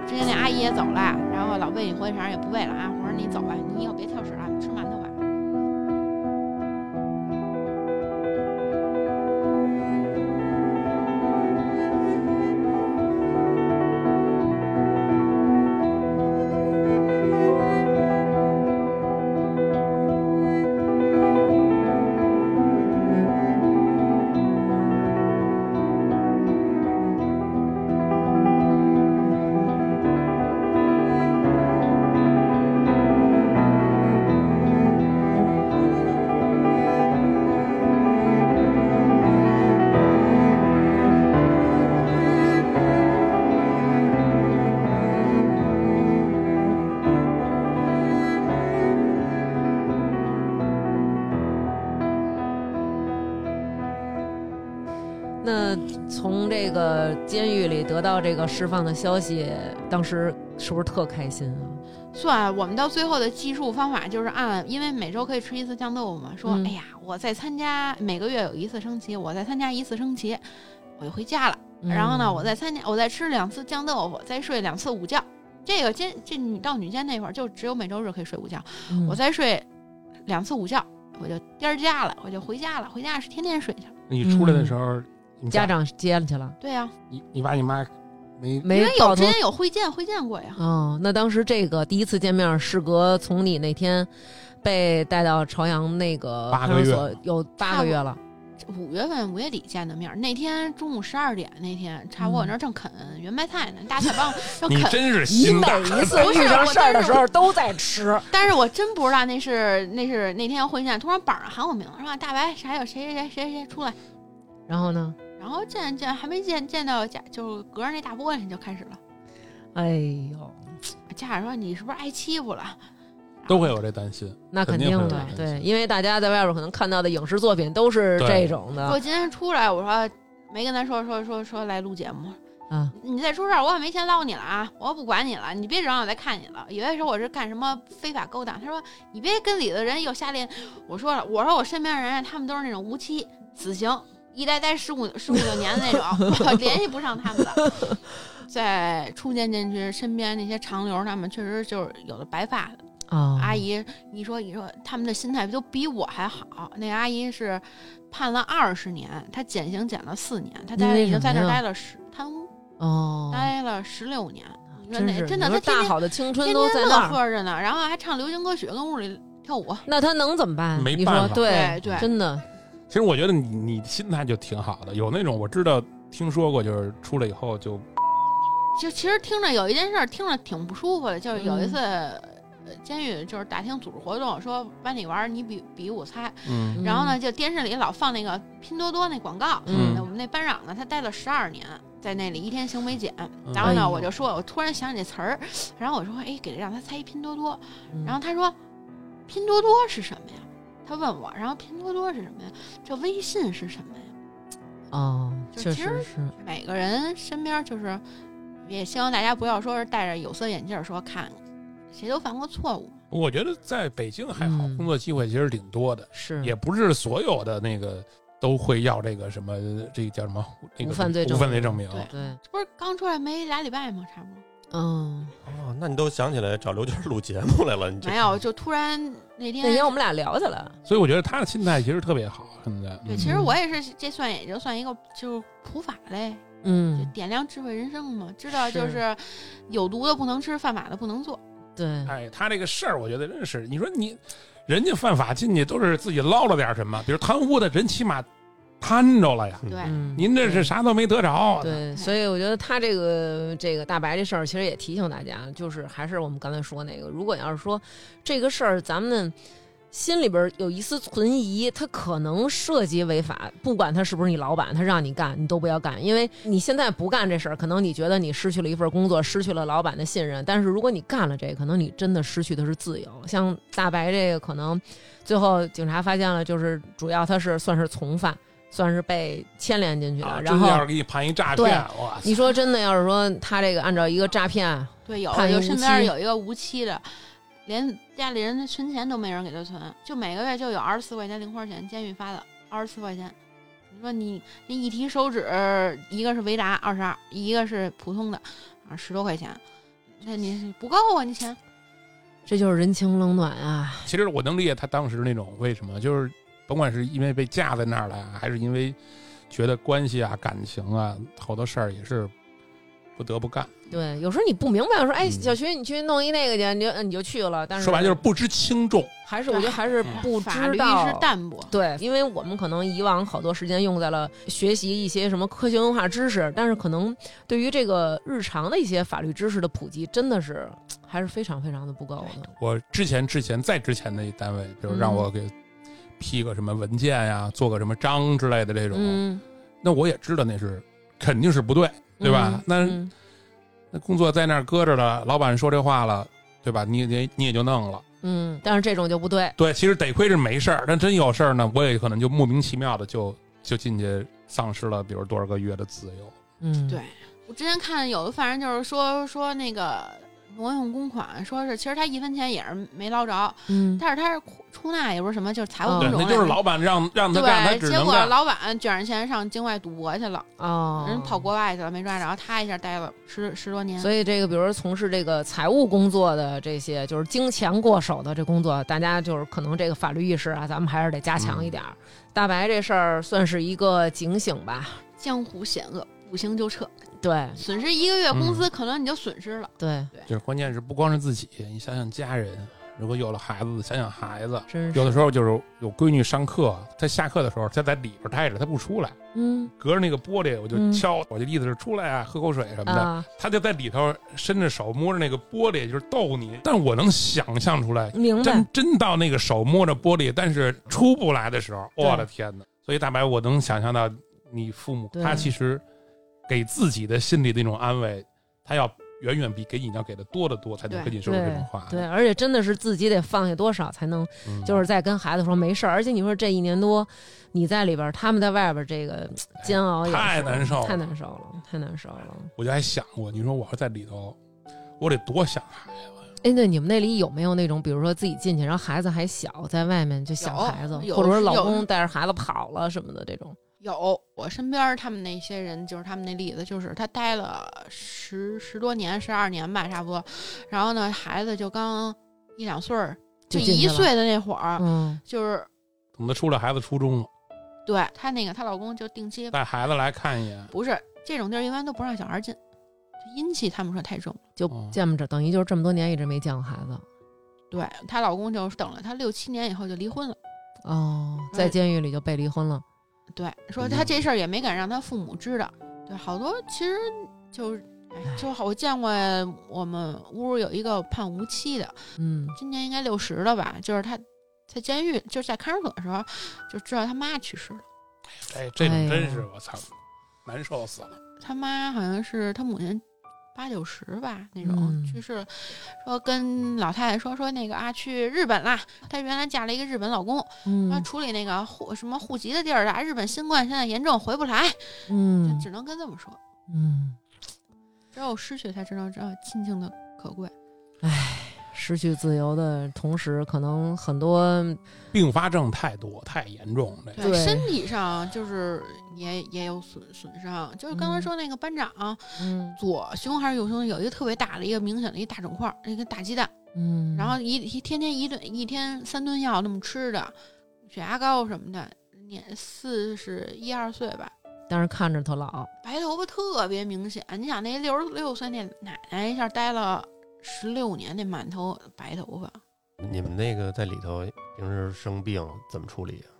[SPEAKER 5] 之前那阿姨也走了，然后老喂你火腿肠也不喂了啊。我说你走吧，你以后别挑食了，你吃馒头吧。
[SPEAKER 2] 那从这个监狱里得到这个释放的消息，当时是不是特开心啊？
[SPEAKER 5] 算我们到最后的计数方法就是按，因为每周可以吃一次酱豆腐嘛。说，
[SPEAKER 2] 嗯
[SPEAKER 5] 哎呀，我再参加每个月有一次升旗，我再参加一次升旗，我就回家了。
[SPEAKER 2] 嗯
[SPEAKER 5] 然后呢，我再参加，我再吃两次酱豆腐，再睡两次午觉。这个监这女到女监那会儿就只有每周日可以睡午觉，
[SPEAKER 2] 嗯
[SPEAKER 5] 我再睡两次午觉，我就颠儿家了，我就回家了，回家是天天睡去了。
[SPEAKER 4] 你出来的时
[SPEAKER 5] 嗯
[SPEAKER 4] 候，你
[SPEAKER 2] 家长接去了，
[SPEAKER 5] 对呀、
[SPEAKER 4] 你你爸你妈没
[SPEAKER 2] 没
[SPEAKER 5] 因为有
[SPEAKER 2] 到
[SPEAKER 5] 之
[SPEAKER 2] 头。
[SPEAKER 5] 前有会见会见过呀，
[SPEAKER 2] 哦，那当时这个第一次见面，事隔从你那天被带到朝阳那个
[SPEAKER 4] 八
[SPEAKER 2] 派
[SPEAKER 4] 个
[SPEAKER 2] 出
[SPEAKER 4] 月
[SPEAKER 2] 所有八个月了，
[SPEAKER 5] 五月份五月底见的面儿，那天中午十二点那天，差不多我那儿正啃圆白菜呢，大菜帮正
[SPEAKER 4] 你
[SPEAKER 5] 啃，
[SPEAKER 4] 真是
[SPEAKER 6] 你
[SPEAKER 4] 心
[SPEAKER 6] 每
[SPEAKER 4] 大，
[SPEAKER 6] 一次遇上事儿的时候都在吃，
[SPEAKER 5] 但是我真不知道那是那是那天会见，突然榜上喊我名儿，说大白还有谁谁谁谁谁出来，
[SPEAKER 2] 然后呢？
[SPEAKER 5] 然后见见还没见见到家，就隔着那大玻璃就开始了。
[SPEAKER 2] 哎呦，
[SPEAKER 5] 家长说你是不是挨欺负了？
[SPEAKER 4] 都会有这担心。
[SPEAKER 2] 那肯
[SPEAKER 4] 肯定会有
[SPEAKER 2] 的，
[SPEAKER 4] 这个
[SPEAKER 2] 对，
[SPEAKER 4] 东西
[SPEAKER 2] 因为大家在外边可能看到的影视作品都是
[SPEAKER 4] 对
[SPEAKER 2] 这种的
[SPEAKER 5] 我今天出来，我说没跟他说说说说来录节目，
[SPEAKER 2] 啊，
[SPEAKER 5] 你再出事儿，我也没钱捞你了啊！我不管你了，你别指望我再看你了。有些时候我是干什么非法勾当，他说你别跟里头人有下联。我说了，我说我身边的人啊他们都是那种无期死刑，一待待十五十五六年的那种， (laughs) 我联系不上他们的。 (laughs) 在初见进去，身边那些长流，他们确实就是有的白发的
[SPEAKER 2] 啊
[SPEAKER 5] 阿，姨，你说你说他们的心态都比我还好。那个阿姨是判了二十年，她减刑减了四年，她
[SPEAKER 2] 因
[SPEAKER 5] 待
[SPEAKER 2] 为
[SPEAKER 5] 已经
[SPEAKER 2] 什
[SPEAKER 5] 在
[SPEAKER 2] 么
[SPEAKER 5] 这儿
[SPEAKER 2] 呀
[SPEAKER 5] 待了十贪污。
[SPEAKER 2] 哦，啊
[SPEAKER 5] 待了十六年，你说
[SPEAKER 2] 真
[SPEAKER 5] 那
[SPEAKER 2] 是
[SPEAKER 5] 哎真
[SPEAKER 2] 你
[SPEAKER 5] 的，
[SPEAKER 2] 说
[SPEAKER 5] 他天
[SPEAKER 2] 大
[SPEAKER 5] 天
[SPEAKER 2] 好的青春
[SPEAKER 5] 天
[SPEAKER 2] 都在
[SPEAKER 5] 天
[SPEAKER 2] 那
[SPEAKER 5] 乐
[SPEAKER 2] 儿，
[SPEAKER 5] 呵着呢，然后还唱流行歌曲，跟屋里跳舞。
[SPEAKER 2] 那他能怎么办？
[SPEAKER 4] 没
[SPEAKER 2] 你
[SPEAKER 4] 办
[SPEAKER 2] 说
[SPEAKER 4] 法
[SPEAKER 2] 对
[SPEAKER 5] 对对
[SPEAKER 2] 真的，
[SPEAKER 4] 其实我觉得你你心态就挺好的，有那种我知道听说过，就是出来以后就
[SPEAKER 5] 就其实听着有一件事儿，听着挺不舒服的，就是有一
[SPEAKER 2] 嗯
[SPEAKER 5] 次。呃监狱就是打听组织活动，说班里玩儿你比比我猜，
[SPEAKER 4] 嗯
[SPEAKER 5] 然后呢，就电视里老放那个拼多多那广告。
[SPEAKER 2] 嗯
[SPEAKER 5] 那我们那班长呢，他待了十二年，在那里一天刑没减。
[SPEAKER 4] 嗯
[SPEAKER 5] 然后
[SPEAKER 2] 哎
[SPEAKER 5] 呢，
[SPEAKER 2] 呦
[SPEAKER 5] 我就说，我突然想起那词儿，然后我说，哎，给让他猜一拼多多。
[SPEAKER 2] 嗯，
[SPEAKER 5] 然后他说：“拼多多是什么呀？”他问我，然后拼多多是什么呀？这微信是什么呀？
[SPEAKER 2] 哦，
[SPEAKER 5] 就
[SPEAKER 2] 确
[SPEAKER 5] 其实
[SPEAKER 2] 实是，
[SPEAKER 5] 每个人身边就是，也希望大家不要说是戴着有色眼镜儿说看，谁都犯过错误。
[SPEAKER 4] 我觉得在北京还好，
[SPEAKER 2] 嗯
[SPEAKER 4] 工作机会其实挺多的，
[SPEAKER 2] 是
[SPEAKER 4] 也不是所有的那个都会要这个什么，这个叫什么？那个
[SPEAKER 2] 无犯罪证
[SPEAKER 4] 无犯罪证明。
[SPEAKER 5] 对
[SPEAKER 2] 对，
[SPEAKER 5] 这不是刚出来没俩礼拜吗？差不多
[SPEAKER 2] 嗯，
[SPEAKER 3] 哦，那你都想起来找刘娟录节目来了，你这
[SPEAKER 5] 没有，就突然那天
[SPEAKER 2] 那天我们俩聊起来，
[SPEAKER 4] 所以我觉得他的心态其实特别好，现在。
[SPEAKER 5] 对，
[SPEAKER 4] 嗯
[SPEAKER 5] 其实我也是，这算也就算一个就是普法类，就
[SPEAKER 2] 嗯，
[SPEAKER 5] 点亮智慧人生嘛，知道就是是有毒的不能吃，犯法的不能做。
[SPEAKER 2] 对，
[SPEAKER 4] 哎，他这个事儿，我觉得真是，你说你人家犯法进去都是自己捞了点什么，比如贪污的人起码贪着了呀，
[SPEAKER 3] 嗯
[SPEAKER 5] 对，
[SPEAKER 2] 嗯，
[SPEAKER 4] 您这是
[SPEAKER 2] 对
[SPEAKER 4] 啥都没得着。
[SPEAKER 2] 对，所以我觉得他这个这个大白这事儿，其实也提醒大家，就是还是我们刚才说那个，如果要是说这个事儿，咱们心里边儿有一丝存疑，他可能涉及违法，不管他是不是你老板，他让你干，你都不要干，因为你现在不干这事儿，可能你觉得你失去了一份工作，失去了老板的信任，但是如果你干了这，可能你真的失去的是自由。像大白这个，可能最后警察发现了，就是主要他是算是从犯。算是被牵连进去了，
[SPEAKER 4] 啊，
[SPEAKER 2] 然
[SPEAKER 4] 真
[SPEAKER 2] 后
[SPEAKER 4] 要是给你判一诈
[SPEAKER 2] 对
[SPEAKER 4] 骗，哇塞！
[SPEAKER 2] 你说真的，要是说他这个按照一个诈骗，
[SPEAKER 5] 对，有
[SPEAKER 2] 判一
[SPEAKER 5] 有
[SPEAKER 2] 无
[SPEAKER 5] 身
[SPEAKER 2] 期
[SPEAKER 5] 边有一个无期的，连家里人的存钱都没人给他存，就每个月就有二十四块钱零花钱，监狱发的二十四块钱。你说你那一提手指，一个是维达二十二，一个是普通的啊，十多块钱，那你是不够啊，你钱。
[SPEAKER 2] 这就是人情冷暖啊！
[SPEAKER 4] 其实我能理解他当时那种为什么，就是甭管是因为被架在那儿了啊，还是因为觉得关系啊、感情啊，好多事儿也是不得不干。
[SPEAKER 2] 对，有时候你不明白，说哎，
[SPEAKER 4] 嗯
[SPEAKER 2] 小徐你去弄一那个去，你就你就去了，但是
[SPEAKER 4] 说白了就是不知轻重。
[SPEAKER 2] 还是我觉得还是不
[SPEAKER 5] 法
[SPEAKER 2] 知
[SPEAKER 5] 律
[SPEAKER 2] 道
[SPEAKER 5] 意识淡薄，
[SPEAKER 2] 对，因为我们可能以往好多时间用在了学习一些什么科学文化知识，但是可能对于这个日常的一些法律知识的普及，真的是还是非常非常的不够的。
[SPEAKER 4] 我之前、之前、再之前的一单位，比如让
[SPEAKER 2] 嗯
[SPEAKER 4] 我给批个什么文件呀、做个什么章之类的这种，
[SPEAKER 2] 嗯，
[SPEAKER 4] 那我也知道那是肯定是不对，对吧？
[SPEAKER 2] 嗯
[SPEAKER 4] 那
[SPEAKER 2] 嗯
[SPEAKER 4] 那工作在那儿搁着了，老板说这话了，对吧？你你你也就弄了。
[SPEAKER 2] 嗯，但是这种就不对，
[SPEAKER 4] 对，其实得亏是没事儿，但真有事儿呢，我也可能就莫名其妙的就就进去丧失了，比如多少个月的自由。
[SPEAKER 2] 嗯，
[SPEAKER 5] 对，我之前看有的犯人就是说说那个挪用公款，说是其实他一分钱也是没捞着，
[SPEAKER 6] 嗯，
[SPEAKER 5] 但是他是出出纳也不是什么，就是财务
[SPEAKER 2] 哦
[SPEAKER 5] 工
[SPEAKER 4] 对，
[SPEAKER 5] 种
[SPEAKER 4] 那
[SPEAKER 5] 也
[SPEAKER 4] 就是
[SPEAKER 5] 没
[SPEAKER 4] 老板让让他干，他
[SPEAKER 5] 对，
[SPEAKER 4] 只
[SPEAKER 5] 结
[SPEAKER 4] 能
[SPEAKER 5] 果
[SPEAKER 4] 干。
[SPEAKER 5] 老板卷着钱上境外赌博去了，
[SPEAKER 2] 哦，
[SPEAKER 5] 人跑国外去了，没抓着，他一下待了十十多年。
[SPEAKER 2] 所以这个，比如说从事这个财务工作的这些，就是经钱过手的这工作，大家就是可能这个法律意识啊，咱们还是得加强一点儿。大白这事儿算是一个警醒吧，
[SPEAKER 5] 江湖险恶，不行就撤，
[SPEAKER 2] 对
[SPEAKER 5] 损失一个
[SPEAKER 4] 嗯
[SPEAKER 5] 月工资，可能你就损失了。
[SPEAKER 2] 对，
[SPEAKER 4] 就是关键是不光是自己，你想想家人，如果有了孩子，想想孩子，
[SPEAKER 2] 真是
[SPEAKER 4] 有的时候就是有闺女上课，她下课的时候，她在里边待着，她不出来，
[SPEAKER 2] 嗯
[SPEAKER 4] 隔着那个玻璃我就
[SPEAKER 2] 嗯
[SPEAKER 4] 敲，我就意思是出来啊，喝口水什么的。
[SPEAKER 2] 啊，
[SPEAKER 4] 她就在里头伸着手摸着那个玻璃，就是逗你。但我能想象出来，
[SPEAKER 2] 明白
[SPEAKER 4] 真。真到那个手摸着玻璃，但是出不来的时候，
[SPEAKER 2] 对
[SPEAKER 4] 我的天哪！所以大白，我能想象到你父母
[SPEAKER 2] 对
[SPEAKER 4] 他其实给自己的心里的那种安慰，他要远远比给你要给的多得多，才能
[SPEAKER 5] 对
[SPEAKER 4] 跟你说出这种
[SPEAKER 2] 对
[SPEAKER 4] 话。
[SPEAKER 2] 对，而且真的是自己得放下多少才能，
[SPEAKER 4] 嗯，
[SPEAKER 2] 就是在跟孩子说没事儿。而且你说这一年多，你在里边儿，他们在外边儿，这个
[SPEAKER 4] 哎
[SPEAKER 2] 煎熬也
[SPEAKER 4] 太
[SPEAKER 2] 是
[SPEAKER 4] 难受了
[SPEAKER 2] 太难受了，太难受了。
[SPEAKER 4] 我就还想过，你说我要在里头，我得多想孩子。
[SPEAKER 2] 哎，对，你们那里有没有那种，比如说自己进去，然后孩子还小，在外面就想
[SPEAKER 5] 有
[SPEAKER 2] 孩子，
[SPEAKER 5] 有
[SPEAKER 2] 或者说老
[SPEAKER 5] 有
[SPEAKER 2] 公带着孩子跑了什么的这种？
[SPEAKER 5] 有我身边儿他们那些人，就是他们那例子，就是他待了十十多年，十二年吧，差不多。然后呢，孩子就刚一两岁儿，就
[SPEAKER 2] 进去
[SPEAKER 5] 一
[SPEAKER 2] 了
[SPEAKER 5] 岁的那会儿，
[SPEAKER 2] 嗯，
[SPEAKER 5] 就是
[SPEAKER 4] 等他出来，孩子初中了，
[SPEAKER 5] 对她那个她老公就定期
[SPEAKER 4] 带孩子来看一眼，
[SPEAKER 5] 不是这种地儿，一般都不让小孩进，就阴气他们说太重。
[SPEAKER 2] 就
[SPEAKER 4] 哦
[SPEAKER 2] 见不着，等于就是这么多年一直没见过孩子。
[SPEAKER 5] 对她老公就是等了她六七年以后就离婚了。
[SPEAKER 2] 哦，在
[SPEAKER 5] 哎
[SPEAKER 2] 监狱里就被离婚了。
[SPEAKER 5] 对，说他这事儿也没敢让他父母知道。对，好多其实就是，哎，就好，我见过我们屋有一个判无期的，
[SPEAKER 2] 嗯，
[SPEAKER 5] 今年应该六十了吧，就是他在监狱，就是在看守所的时候就知道他妈去世了。
[SPEAKER 4] 哎，这
[SPEAKER 2] 哎
[SPEAKER 4] 种
[SPEAKER 2] 呦
[SPEAKER 4] 真是我操，难受死了。
[SPEAKER 5] 他妈好像是他母亲八九十吧那种
[SPEAKER 2] 嗯
[SPEAKER 5] 去世了，说跟老太太说说那个啊去日本啦，她原来嫁了一个日本老公，说
[SPEAKER 2] 嗯
[SPEAKER 5] 处理那个户什么户籍的地儿啊，日本新冠现在严重回不来，就
[SPEAKER 2] 嗯
[SPEAKER 5] 只能跟这么说。
[SPEAKER 2] 嗯，
[SPEAKER 5] 只有失去才知道，知道亲情的可贵。
[SPEAKER 2] 失去自由的同时，可能很多
[SPEAKER 4] 并发症太多，太严重了。
[SPEAKER 2] 对
[SPEAKER 5] 身体上就是也也有损损伤，就是刚才
[SPEAKER 2] 嗯
[SPEAKER 5] 说那个班长、
[SPEAKER 2] 嗯
[SPEAKER 5] 左胸还是右胸有一个特别大的一个明显的一大肿块，那个大鸡蛋，
[SPEAKER 2] 嗯，
[SPEAKER 5] 然后一一天天一顿一天三顿药那么吃的，血压高什么的，年四十一二岁吧，
[SPEAKER 2] 但是看着他老，
[SPEAKER 5] 白头发特别明显。你想那六十六岁那奶奶一下待了十六年，那满头白头发，
[SPEAKER 3] 你们那个在里头平时生病怎么处理啊？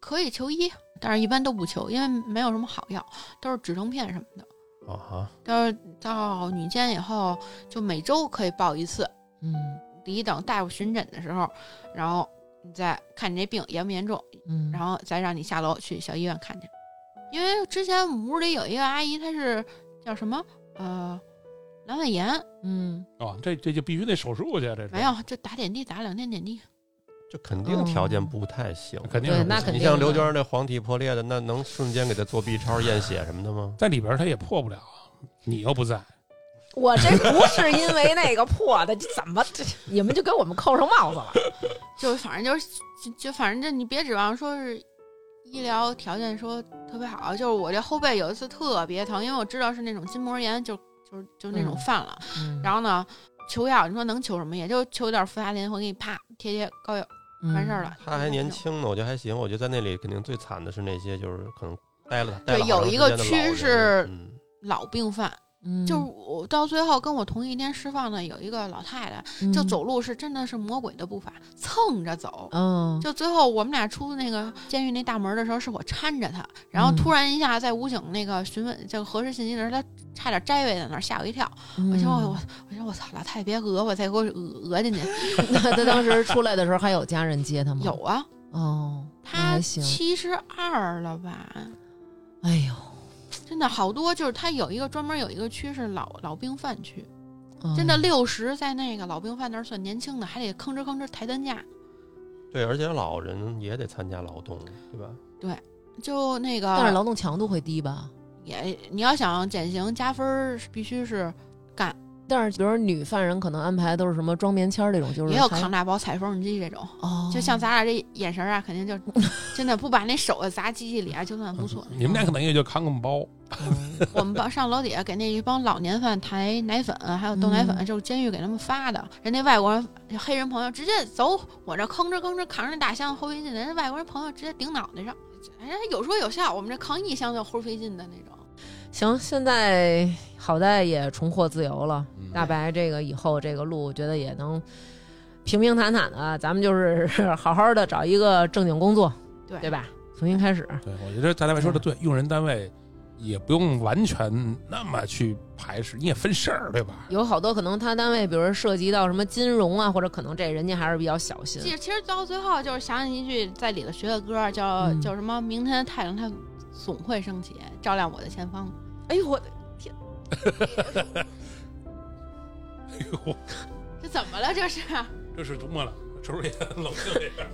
[SPEAKER 5] 可以求医，但是一般都不求，因为没有什么好药，都是止痛片什么的。
[SPEAKER 3] 啊哈，
[SPEAKER 5] 到到女监以后，就每周可以报一次，
[SPEAKER 2] 嗯
[SPEAKER 5] 你等大夫巡诊的时候，然后你再看你这病严不严重，
[SPEAKER 2] 嗯，
[SPEAKER 5] 然后再让你下楼去小医院看去。因为之前我们屋里有一个阿姨，她是叫什么呃阑尾炎，
[SPEAKER 2] 嗯
[SPEAKER 4] 哦，这这就必须得手术去，这是
[SPEAKER 5] 没有就打点滴，打两天点滴，
[SPEAKER 3] 这肯定条件不太行，
[SPEAKER 4] 肯定
[SPEAKER 2] 对
[SPEAKER 4] 是
[SPEAKER 2] 那
[SPEAKER 4] 不行
[SPEAKER 2] 肯
[SPEAKER 3] 你
[SPEAKER 2] 定
[SPEAKER 3] 像
[SPEAKER 2] 的
[SPEAKER 3] 刘娟儿那黄体破裂的，那能瞬间给她做 B 超、验血什么的吗？
[SPEAKER 4] 在里边他也破不了，啊你又不在，
[SPEAKER 6] 我这不是因为那个破的，这怎么这你们就给我们扣上帽子了？
[SPEAKER 5] 就反正就是就就反正这你别指望说是医疗条件说特别好，就是我这后背有一次特别疼，因为我知道是那种筋膜炎，就就就那种
[SPEAKER 2] 嗯
[SPEAKER 5] 犯了。
[SPEAKER 2] 嗯
[SPEAKER 5] 然后呢，求药你说能求什么？也就求点扶他林，我给你啪贴贴膏药，完事
[SPEAKER 2] 嗯
[SPEAKER 5] 儿。了。
[SPEAKER 3] 她还年。轻呢，我觉得还行。我觉得在那里肯定最惨的是那些就是可能待了待
[SPEAKER 5] 对
[SPEAKER 3] 了好长
[SPEAKER 5] 有一个
[SPEAKER 3] 时间的老
[SPEAKER 5] 区
[SPEAKER 3] 人
[SPEAKER 5] 是
[SPEAKER 3] 嗯
[SPEAKER 5] 老病犯，
[SPEAKER 2] 嗯，
[SPEAKER 5] 就是我到最后跟我同一天释放的有一个老太太，就
[SPEAKER 2] 嗯，
[SPEAKER 5] 走路是真的是魔鬼的步伐，蹭着走。
[SPEAKER 2] 嗯，
[SPEAKER 5] 就最后我们俩出那个监狱那大门的时候，是我搀着他，然后
[SPEAKER 2] 嗯
[SPEAKER 5] 突然一下在武警那个询问这个核实信息的时候，他差点摘位在那儿，吓我一跳。我
[SPEAKER 2] 嗯
[SPEAKER 5] 说我我我说我操，老太太别讹我，再给我讹讹进去。
[SPEAKER 2] (laughs) 那他当时出来的时候还有家人接他吗？
[SPEAKER 5] 有啊，
[SPEAKER 2] 哦，嗯那
[SPEAKER 5] 他
[SPEAKER 2] 还行。
[SPEAKER 5] 七十二了吧？
[SPEAKER 2] 哎呦，
[SPEAKER 5] 真的好多，就是他有一个专门有一个区是老老病犯区，
[SPEAKER 2] 嗯
[SPEAKER 5] 真的六十在那个老病犯那儿算年轻的，还得吭哧吭哧抬担架。
[SPEAKER 3] 对，而且老人也得参加劳动，对吧？
[SPEAKER 5] 就那个，
[SPEAKER 2] 但是劳动强度会低吧？
[SPEAKER 5] 也你要想减刑加分儿，必须是干，
[SPEAKER 2] 但是比如说女犯人可能安排都是什么装棉签儿这种，就是
[SPEAKER 5] 也有
[SPEAKER 2] 还
[SPEAKER 5] 扛大包踩缝纫机这种。
[SPEAKER 2] 哦，
[SPEAKER 5] 就像咱俩这眼神啊，肯
[SPEAKER 2] (laughs)
[SPEAKER 5] 定就真的不把那手啊砸机器里啊，就算不错。
[SPEAKER 4] 嗯你们俩可能也就扛个包，
[SPEAKER 2] 嗯
[SPEAKER 5] 我们帮上楼底下给那一帮老年犯抬奶粉，还有豆奶粉，
[SPEAKER 2] 嗯
[SPEAKER 5] 就是监狱给他们发的。人家外国人黑人朋友直接走我这吭哧吭哧扛着那大箱子后飞进的，人家外国人朋友直接顶脑袋上，人家有说有笑。我们这扛一箱就齁飞进的那种。
[SPEAKER 2] 行，现在好歹也重获自由了。
[SPEAKER 4] 嗯
[SPEAKER 2] 大白这个以后这个路，我觉得也能平平坦坦的，咱们就是好好的找一个正经工作，
[SPEAKER 5] 对
[SPEAKER 2] 对吧？重新开始。
[SPEAKER 4] 对，我觉得大白说的对，用人单位也不用完全那么去排斥，你也分事儿，对吧？ (laughs)
[SPEAKER 2] 有好多可能他单位，比如说涉及到什么金融啊，或者可能这人家还是比较小心
[SPEAKER 5] 其。实其实到最后就是想起一句在里头学的歌，叫、
[SPEAKER 2] 嗯
[SPEAKER 5] 叫什么？明天的太阳它总会升起，照亮我的前方。
[SPEAKER 2] 哎呦我的，
[SPEAKER 4] 哎呦，
[SPEAKER 5] 这怎么了？这是？ (laughs)
[SPEAKER 4] 这是多么了，抽抽烟，冷静点儿。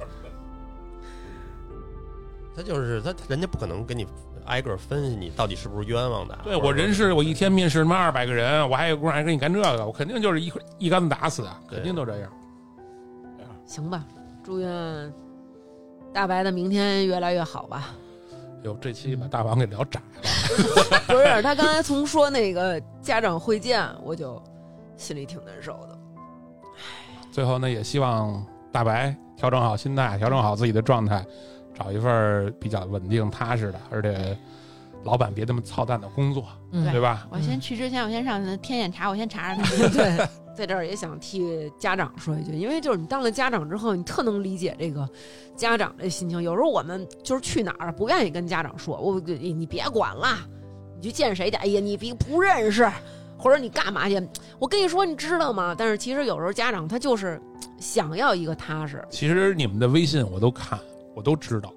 [SPEAKER 4] (laughs)
[SPEAKER 3] 他就是他，人家不可能给你挨个分析你到底是不是冤枉的啊。
[SPEAKER 4] 对
[SPEAKER 3] 或者
[SPEAKER 4] 我人事，我一天面试他妈二百个人，我还有工夫还给你干这个，我肯定就是一块一竿子打死啊，肯定都这样。
[SPEAKER 2] 行吧，祝愿大白的明天越来越好
[SPEAKER 6] (laughs)
[SPEAKER 2] 吧。
[SPEAKER 4] 哟，这期把大王给聊窄了，
[SPEAKER 6] 不是他刚才从说那个家长会见，我就心里挺难受的。
[SPEAKER 4] 最后呢，也希望大白调整好心态，调整好自己的状态，找一份儿比较稳定踏实的，而且老板别那么操蛋的工作，
[SPEAKER 2] 嗯，
[SPEAKER 4] 对吧？
[SPEAKER 5] 我先去之前，我先上天眼查，我先查查他。
[SPEAKER 6] 对， (laughs) 在这儿也想替家长说一句，因为就是你当了家长之后，你特能理解这个家长的心情。有时候我们就是去哪儿不愿意跟家长说，我你你别管了，你去见谁去？哎呀，你别不认识，或者你干嘛去？我跟你说，你知道吗？但是其实有时候家长他就是想要一个踏实
[SPEAKER 4] 其实你们的微信我都看，我都知道。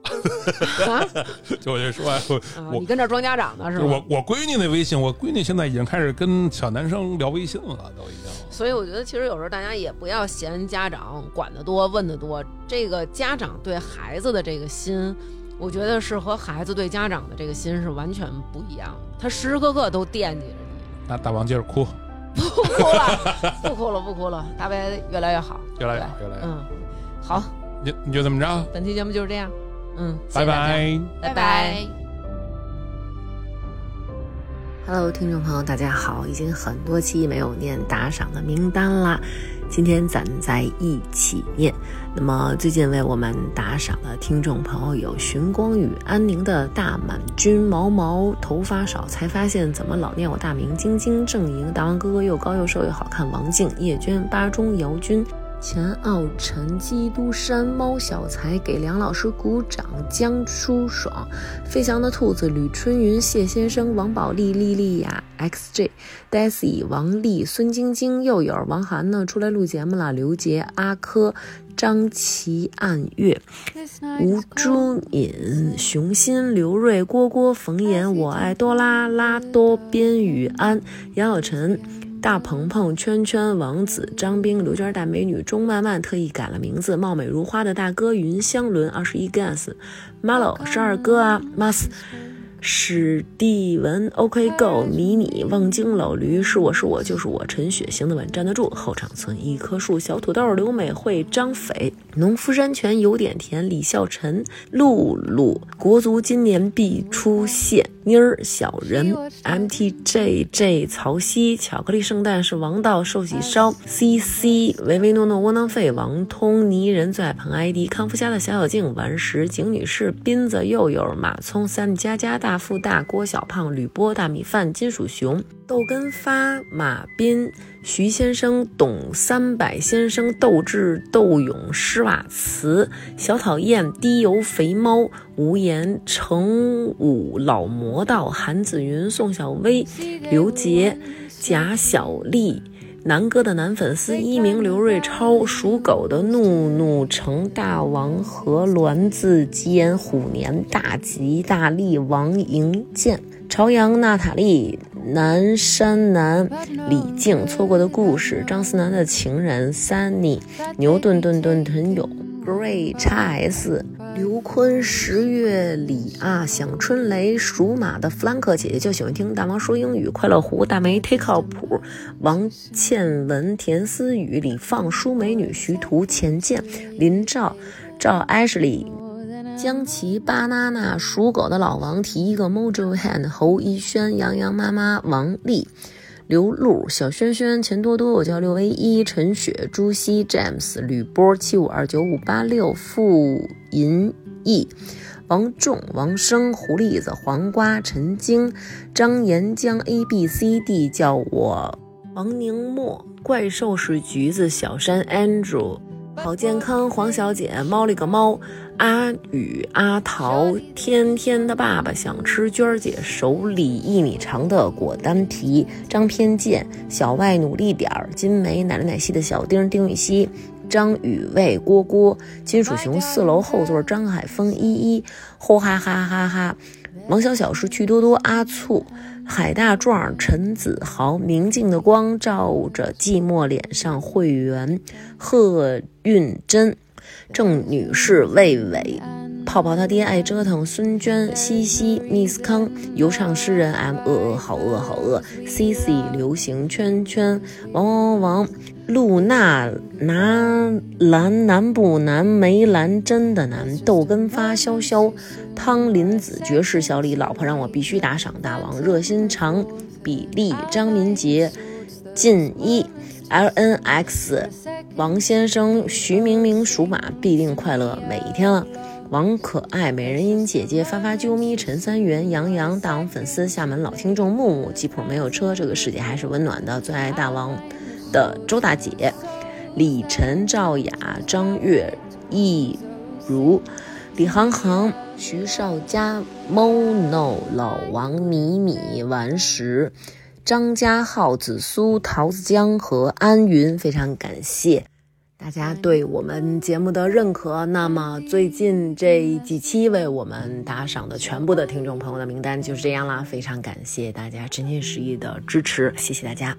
[SPEAKER 6] 啊
[SPEAKER 4] (laughs)
[SPEAKER 6] (laughs)
[SPEAKER 4] 就我就说，我
[SPEAKER 6] 啊！
[SPEAKER 4] 我
[SPEAKER 6] 你跟这儿装家长呢是
[SPEAKER 4] 就
[SPEAKER 6] 吧？
[SPEAKER 4] 是我我闺女那微信，我闺女现在已经开始跟小男生聊微信了，都已经。
[SPEAKER 2] 所以我觉得，其实有时候大家也不要嫌家长管得多、问得多。这个家长对孩子的这个心，我觉得是和孩子对家长的这个心是完全不一样的。他时时刻刻都惦记着你。
[SPEAKER 4] 那大王接着哭，
[SPEAKER 2] 不哭了，不哭了，不哭了。大白越来越好，
[SPEAKER 4] 越来越好，越来越好。
[SPEAKER 2] 嗯，好，
[SPEAKER 6] 嗯
[SPEAKER 4] 你你就这么着，
[SPEAKER 2] 本期节目就是这样。嗯，谢谢
[SPEAKER 4] 拜
[SPEAKER 2] 大家，
[SPEAKER 4] 拜。
[SPEAKER 2] (laughs) 拜
[SPEAKER 7] Hello，听众朋友，大家好！已经很多期没有念打赏的名单啦，今天咱们在一起念。那么最近为我们打赏的听众朋友有寻光与安宁的大满军毛毛，头发少才发现怎么老念我大名，晶晶正莹，大王哥哥又高又瘦又好看，王静、叶娟、巴中、姚军。钱傲晨、基督山、猫小才给梁老师鼓掌，江舒爽、飞翔的兔子、吕春云、谢先生、王宝莉、莉莉亚、XJ、Daisy、王丽、孙晶晶、又有王涵呢，出来录节目了。刘杰、阿珂、张琪、暗月、吴朱敏、熊心、刘瑞、郭郭、冯岩、我爱多拉拉多、边雨安、杨晓晨。大鹏鹏、圈圈、王子、张冰、刘娟、大美女、钟曼曼特意改了名字，貌美如花的大哥云香轮、二十一 gas、Malo 十二哥啊，Mas 史蒂文，OK Go，米米，望京老驴，是我是我就是我，陈雪行得稳站得住，后场村一棵树，小土豆，刘美惠，张斐，农夫山泉有点甜，李孝臣，露露，国足今年必出现，妮儿，小人，MTJJ，曹曦，巧克力圣诞是王道，寿喜烧，CC，唯唯诺诺，窝囊废，王通，泥人最爱捧 ID，康夫家的小小静，顽石，景女士，斌子，佑佑，马聪，Sam 佳佳，大富大，郭小胖，吕波，大米饭，金属熊，豆根发，马斌，徐先生，董三百先生，斗志，斗勇，施瓦茨，小讨厌，低油肥猫，无言，成武，老魔道，韩子云，宋小薇，刘杰，贾小丽。南哥的男粉丝一鸣刘瑞超，属狗的怒怒成大王和栾字坚虎年大吉大利王迎建朝阳娜塔莉南山南李静错过的故事张思南的情人 Sunny 牛顿顿顿腾勇 Gray x S 刘坤、十月里啊、响春雷、属马的弗兰克姐姐就喜欢听大王说英语、快乐湖、大梅忒靠谱、王倩文、田思雨、李放、舒美女、徐图、钱健、林兆、赵 Ashley。江琪、巴娜娜、属狗的老王、提一个 Mojo Hand、侯一轩、洋洋妈妈、王丽、刘璐、小轩轩、钱多多，我叫六 A 一、陈雪、朱熹、James、吕波、七五二九五八六、傅银义、王仲、王生、狐狸子、黄瓜、陈晶、张岩江 A B C D 叫我王宁墨、怪兽是橘子、小山 Andrew、好健康、黄小姐、猫了个猫、阿宇、阿桃、天天的爸爸想吃娟儿姐手里一米长的果丹皮、张偏见、小外努力点儿、金梅、奶来奶昔的小丁、丁禹兮、张雨卫、郭郭、金属熊四楼后座、张海峰、依依、 (laughs) 吼哈哈哈哈、王小小是趣多多、阿醋。海大壮、陈子豪，明净的光照着寂寞脸上。会员贺运珍、郑女士、魏伟、泡泡他爹爱折腾、孙娟、西西、Miss 康、游唱诗人 M 饿饿好饿好饿、C C 流行圈圈、王王王王、露娜南兰南不南梅兰真的南豆根发潇潇。汤林子、爵士小李、老婆让我必须打赏大王、热心肠、比利、张民杰、进一、L N X、王先生、徐明明属马，必定快乐每一天了。王可爱、美人音姐姐、发发啾咪、陈三元、杨洋、大王粉丝、厦门老听众木木、吉普没有车，这个世界还是温暖的。最爱大王的周大姐、李晨、赵雅、张月、易如、李航航。徐少佳、mono、老王、米米、顽石、张家浩、紫苏、桃子江和安云，非常感谢大家对我们节目的认可。那么最近这几期为我们打赏的全部的听众朋友的名单就是这样啦，非常感谢大家真心实意的支持，谢谢大家。